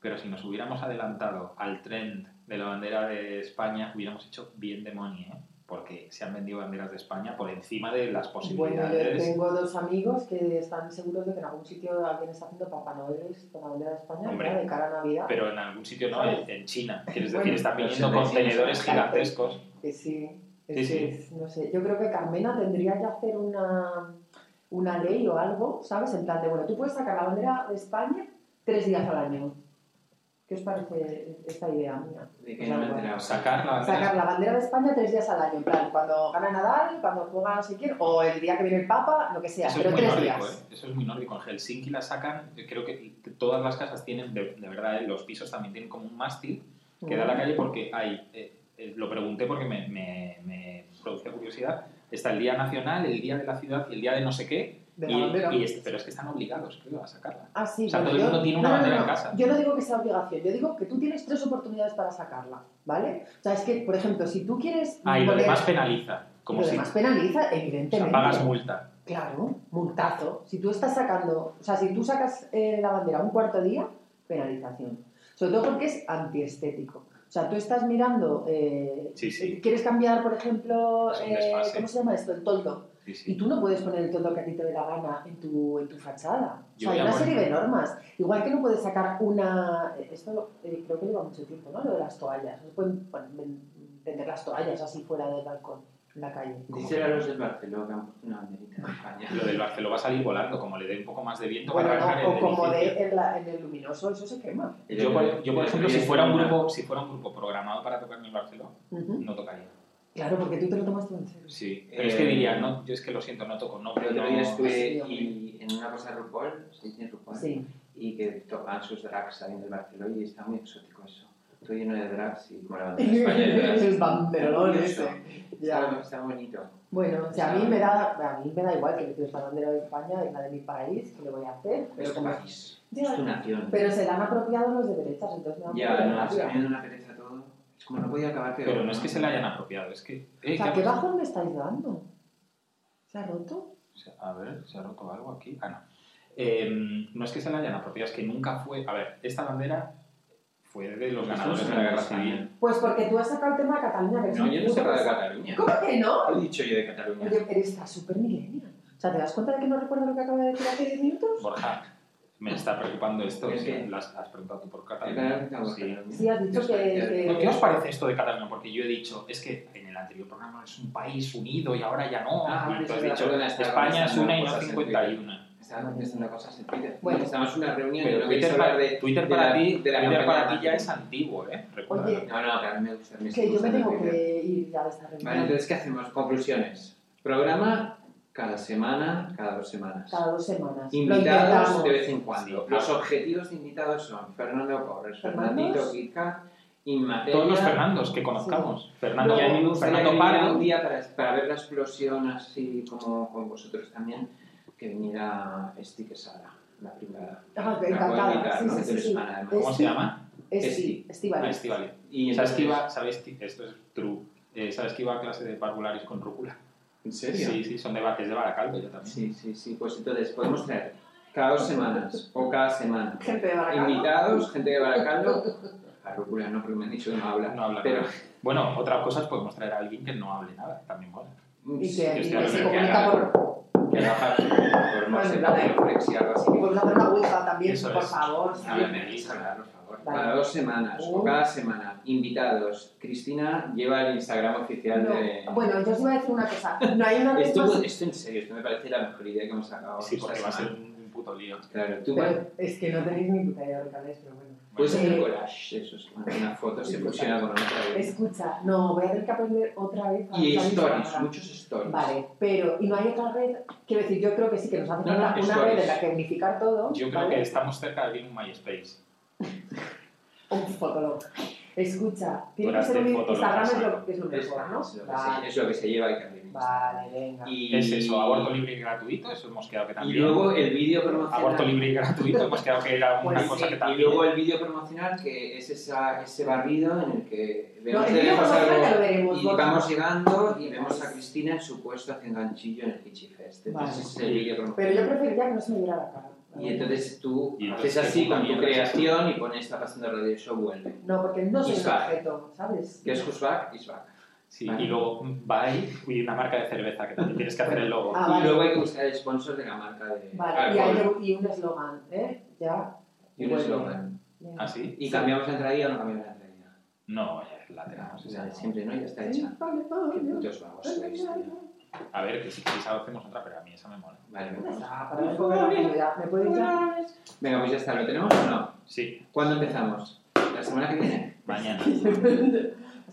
S3: pero si nos hubiéramos adelantado al trend de la bandera de España, hubiéramos hecho bien de money, ¿eh? porque se han vendido banderas de España por encima de las
S2: Bueno, yo
S3: posibilidades.
S2: tengo dos amigos que están seguros de que en algún sitio alguien está haciendo Papá Noel con la bandera de España
S3: Hombre.
S2: claro, de cara a Navidad.
S3: Pero en algún sitio no, en, en China. Quieres decir,
S2: Bueno,
S3: están
S1: pero
S3: viniendo
S1: sí, sí,
S3: contenedores
S1: sí.
S3: gigantescos.
S2: Que sí, es
S3: Sí,
S2: que, no sé, yo creo que Carmena tendría que hacer una, una ley o algo, ¿sabes? En plan de, bueno, tú puedes sacar la bandera de España tres días al año. ¿Qué os parece esta idea mía?
S1: De que no me he enterado.
S3: Sacar la bandera
S2: Sacar la bandera de España tres días al año, en plan, cuando gana Nadal, cuando juega no sé quién, o el día que viene el Papa, lo que sea,
S3: Eso es
S2: pero
S3: muy
S2: tres
S3: nórdico,
S2: días.
S3: ¿eh? Eso es muy nórdico. En Helsinki la sacan, eh, creo que todas las casas tienen, de, de verdad, ¿eh? los pisos también tienen como un mástil que da a la calle porque hay eh, eh, lo pregunté porque me, me, me producía curiosidad, está el Día Nacional, el Día de la Ciudad y el Día de no sé qué,
S2: De
S3: y-
S2: la bandera.
S3: y es- pero es que están obligados, creo, a sacarla.
S2: Ah, sí,
S3: O sea,
S2: bueno,
S3: todo el
S2: yo-
S3: mundo tiene una
S2: no, no,
S3: bandera
S2: no,
S3: en casa.
S2: Yo no digo que sea obligación, yo digo que tú tienes tres oportunidades para sacarla, ¿vale? O sea, es que, por ejemplo, si tú quieres...
S3: Ah, y lo
S2: poner-
S3: demás penaliza, como
S2: lo
S3: si
S2: demás penaliza,
S3: o sea,
S2: evidentemente.
S3: pagas multa.
S2: Claro, multazo. Si tú estás sacando, o sea, si tú sacas eh, la bandera un cuarto día, penalización. Sobre todo porque es antiestético. O sea, tú estás mirando, eh,
S3: Sí, sí.
S2: quieres cambiar, por ejemplo,
S3: Es un
S2: eh,
S3: desfase.
S2: ¿cómo se llama esto? El toldo.
S3: Sí,
S2: Y
S3: sí.
S2: tú no puedes poner el toldo que a ti te dé la gana en tu, en tu fachada.
S3: Yo
S2: o sea, hay
S3: voy a
S2: una
S3: poner-
S2: serie de normas. Igual que no puedes sacar una... eh, Esto eh, creo que lleva mucho tiempo, ¿no? Lo de las toallas. No se pueden bueno, ven- vender las toallas así fuera del balcón, en la calle.
S1: Díselo a los de Barcelona, que han puesto una banderita de España.
S3: Lo del Barceló va a salir volando, como le dé un poco más de viento
S2: Bueno,
S3: va a
S2: no,
S3: arrancar el
S2: o como
S3: edificio.
S2: de en, la- en el luminoso, eso se quema.
S3: Yo, por, yo, por ejemplo, si fuera, un grupo, si fuera un grupo programado para tocar en el Barceló, no tocaría.
S2: Claro, porque tú te lo tomas en serio.
S3: Sí, pero es que
S1: Eh,
S3: diría, no, yo es que lo siento, no toco, no,
S1: El
S3: pero
S1: otro día
S3: no...
S2: sí,
S1: estuve
S2: hombre.
S1: y- en una cosa de RuPaul, se dice RuPaul,
S2: Sí.
S1: y que tocaban sus drags saliendo del Barcelona y está muy exótico eso. Todo lleno de drags y como la bandera de España de drags.
S2: el banderolón
S1: Curioso.
S2: ese.
S1: Está,
S2: Ya.
S1: está bonito.
S2: Bueno, o sea, a mí me da, a mí me da igual que le tires la bandera de España y la de mi país, que le voy a hacer.
S1: Es
S2: Pero,
S1: tu
S2: como-
S1: país,
S2: Ya.
S1: es tu nación.
S2: pero se la han apropiado los de derechas, entonces me da un
S1: Ya,
S2: poco de
S1: no, está
S2: rabia.
S1: teniendo una pereza todo. Es como no podía acabar peor.
S3: Pero no es que se la hayan apropiado, es que... eh,
S2: O sea,
S3: ¿qué
S2: ¿qué
S3: ha pasado?
S2: bajón me estáis dando? ¿Se ha roto?
S3: Se- A ver, ¿se ha roto algo aquí? Ah, no. Eh, no es que se la hayan apropiado, es que nunca fue... A ver, esta bandera fue de los ganadores de la guerra civil.
S2: Pues porque tú has sacado el tema de Cataluña. que eres
S1: No,
S2: un
S1: yo no
S2: puto
S1: sé nada de
S2: pesado.
S1: Cataluña.
S2: ¿Cómo que no?
S1: ¿Qué he dicho yo de Cataluña?
S2: Oye, pero está súper millennial. O sea, ¿te das cuenta de que no recuerdo lo que acaba de decir hace 10 minutos?
S3: Borja, me está preocupando esto.
S1: ¿El
S3: sí,
S1: qué?
S3: las has preguntado tú por
S1: El
S3: Cataluña.
S1: canal que está
S3: sí.
S1: Cataluña.
S2: Sí, has dicho
S1: Yo
S2: que-
S1: soy-
S2: que-
S3: ¿Pero ¿Qué os parece esto de Cataluña? Porque yo he dicho, es que en el anterior programa es un país unido y ahora ya no.
S1: Ah,
S3: y tú has
S1: sí,
S3: dicho,
S1: perdona, estaba
S3: España es
S1: pensando
S3: una y
S1: en
S3: no
S1: cosas en
S3: 51.
S1: Estaba contestando cosas en Twitter.
S2: Bueno.
S1: estamos en una reunión y
S3: Pero
S1: no queréis
S3: Twitter,
S1: hablar
S3: para-
S1: de
S3: Twitter
S1: de
S3: para
S1: la-
S3: ti,
S1: de la
S3: Twitter
S1: campaña
S3: para ti ya
S1: mágica.
S3: es antiguo, ¿eh? Recuerda.
S2: Oye,
S1: No, no, que a mí me gusta. me
S2: Que yo
S1: gusta
S2: me tengo
S1: Twitter.
S2: que ir ya de esta reunión.
S1: Vale, entonces, ¿qué hacemos? Conclusiones. Programa cada semana, cada dos semanas.
S2: Cada dos semanas. Lo
S1: Invitados
S2: intentamos.
S1: de vez en cuando.
S3: Sí,
S1: Los
S3: claro.
S1: objetivos de invitados son Fernando Pobres,
S2: ¿Fernandos?
S1: Fernandito Kika, Inmateria...
S3: Todos los Fernandos que conozcamos. Fernando,
S1: Luego, a mí me gustaría
S3: Fernando
S1: que viniera
S3: Pardo.
S1: un día para, para ver la explosión así como con vosotros también, que viniera Esti Quesada, la primera.
S2: Ah,
S1: La
S2: encantada.
S1: puedo invitar,
S2: Sí,
S1: ¿no?
S2: sí,
S1: Que tú
S2: sí,
S1: eres
S2: sí.
S1: fan, además.
S3: ¿Cómo
S2: Es-
S3: se llama?
S2: Es
S1: Esti.
S2: sí,
S3: Ah,
S2: Estivali.
S3: Estivali.
S1: Y
S3: ¿Sabes
S1: entonces-
S3: que iba, sabéis que esto es true, eh, ¿sabes que iba a clase de parvularis con rúcula?
S1: ¿En serio?
S3: Sí, sí, son de, Ba- es de Baracaldo yo también.
S1: Sí, sí, sí. Pues entonces podemos traer cada dos semanas o cada semana
S2: Gente de Baracaldo.
S1: invitados, gente de Baracaldo. A Rúcula no, porque me han dicho que no habla.
S3: No habla
S1: Pero
S3: nada. Bueno, otra cosa es podemos traer a alguien que no hable nada, también mola.
S2: Y
S1: sí,
S2: que,
S3: yo
S2: y
S3: estoy
S2: que se
S3: hablando de
S2: comunica
S3: que haga-
S2: por...
S1: que baja por no
S2: Bueno,
S1: ser
S2: vale.
S1: reflexia algo así.
S2: Y podemos hacer una vuelta también,
S3: Eso
S2: por
S3: es.
S2: favor.
S1: A ver, me dejáis hablar, por favor.
S2: Vale.
S1: Cada dos semanas o
S2: Uh.
S1: cada semana, invitados. Cristina lleva el Instagram oficial de.
S2: No, pues- Bueno, yo os iba a decir una cosa. No hay una vez
S1: Esto,
S2: más...
S1: esto en serio, esto me parece la mejor idea que hemos sacado.
S3: Sí, porque
S1: esta
S3: va a ser
S1: semana.
S3: un puto lío.
S1: Claro, tú
S2: Pero es que no tenéis ni puta idea de lo que habláis, pero bueno.
S1: puedes
S2: Eh,
S1: hacer un collage, eso es. Una una foto se fusiona con otra. y-
S2: Escucha, no, voy a tener que aprender otra vez a
S1: Y
S2: usar
S1: stories,
S2: Instagram.
S1: muchos stories.
S2: Vale, pero, ¿y no hay otra red? Quiero decir, yo creo que sí, que nos hace
S1: No, no,
S2: falta una
S1: stories.
S2: red en la que unificar todo.
S3: Yo creo
S2: ¿vale?
S3: que estamos cerca de abrir un MySpace.
S2: Un fotolog. Escucha, tiene que
S3: Durante
S2: ser un
S3: fotolog,
S2: Instagram es
S3: exacto.
S2: lo que es lo
S1: este Es,
S2: mejor, ¿no?
S1: es lo que se-
S2: Vale,
S1: es lo que se lleva y que
S2: vale, venga.
S1: y,
S3: Es eso, aborto libre y gratuito, eso hemos quedado que
S1: y
S3: también.
S1: luego el vídeo promocional.
S3: Aborto libre y gratuito, hemos quedado que era una
S2: Pues
S3: cosa
S2: sí,
S3: que
S1: Y
S3: también.
S1: luego el vídeo promocional, que es esa, ese barrido en el que vemos
S2: No, el
S1: de
S2: vídeo
S1: lejos
S2: promocional ya lo
S1: algo
S2: veremos.
S1: y
S2: Borja.
S1: vamos llegando y vemos a Cristina en su puesto haciendo anchillo en el Kitchi Fest. Entonces
S2: Vale.
S1: ese es el vídeo promocional.
S2: Pero yo preferiría que no se me viera la cara.
S1: Y entonces tú
S3: Y entonces
S1: haces así
S3: te
S1: con tu
S3: ponías-
S1: creación y pones está pasando radio show, vuelve.
S2: No, porque no soy un
S1: Instagram.
S2: objeto, ¿sabes?
S1: Que es Who's Back, is Back.
S3: Sí, y luego Bye y una marca de cerveza que también tienes que hacer el logo.
S2: Ah,
S1: y
S2: vale.
S1: luego hay que buscar el sponsor de la marca de
S2: Vale, y,
S1: alcohol
S2: hay un- y un eslogan, ¿eh? Ya.
S1: y un
S2: Bueno.
S1: eslogan.
S2: venga.
S3: ¿Ah, sí?
S1: ¿Y cambiamos la entradilla o no cambiamos la entradilla?
S3: No, ya la tenemos.
S1: O sea,
S3: esa.
S1: Ah, siempre, ¿no? Ya está
S2: Sí,
S1: hecha.
S2: vale, vale,
S1: Qué
S2: vale.
S1: putos vagos sois, tío.
S3: A ver, que si queréis hacemos otra, pero a mí esa me mola.
S1: Vale,
S2: Ya
S1: venga.
S2: está, para mí fue una oportunidad. ¿Me puedes ya?
S1: Venga, pues ya está. ¿Lo tenemos o no?
S3: Sí,
S1: ¿Cuándo empezamos? ¿La semana que viene?
S3: mañana.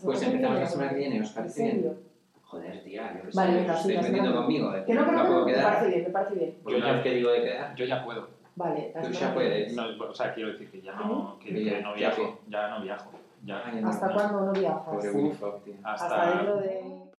S1: Pues empezamos la semana que viene, ¿os
S2: ¿En
S1: parece bien?
S2: serio?
S1: Joder, tía, yo qué sé,
S2: Vale,
S1: os
S2: venga, sí,
S1: estáis
S2: la
S1: metiendo
S2: semana-
S1: conmigo. eh.
S2: Que no,
S1: no
S2: que no, que no,
S1: puedo
S2: me parece
S1: quedar.
S2: bien, me parece bien.
S1: Yo una vez que digo de quedar,
S3: Yo ya puedo.
S2: Vale, la
S1: tú
S2: semana
S1: ya
S2: que viene.
S1: puedes.
S3: No, o sea, quiero decir que ya no, que,
S1: Ya,
S3: que no
S1: ya
S3: viajo. Ya no viajo. Ya.
S1: Ay, no,
S2: ¿Hasta
S1: no.
S2: cuándo no viajas?
S1: Pobre Wilford, tío.
S3: Hasta,
S2: Hasta dentro de...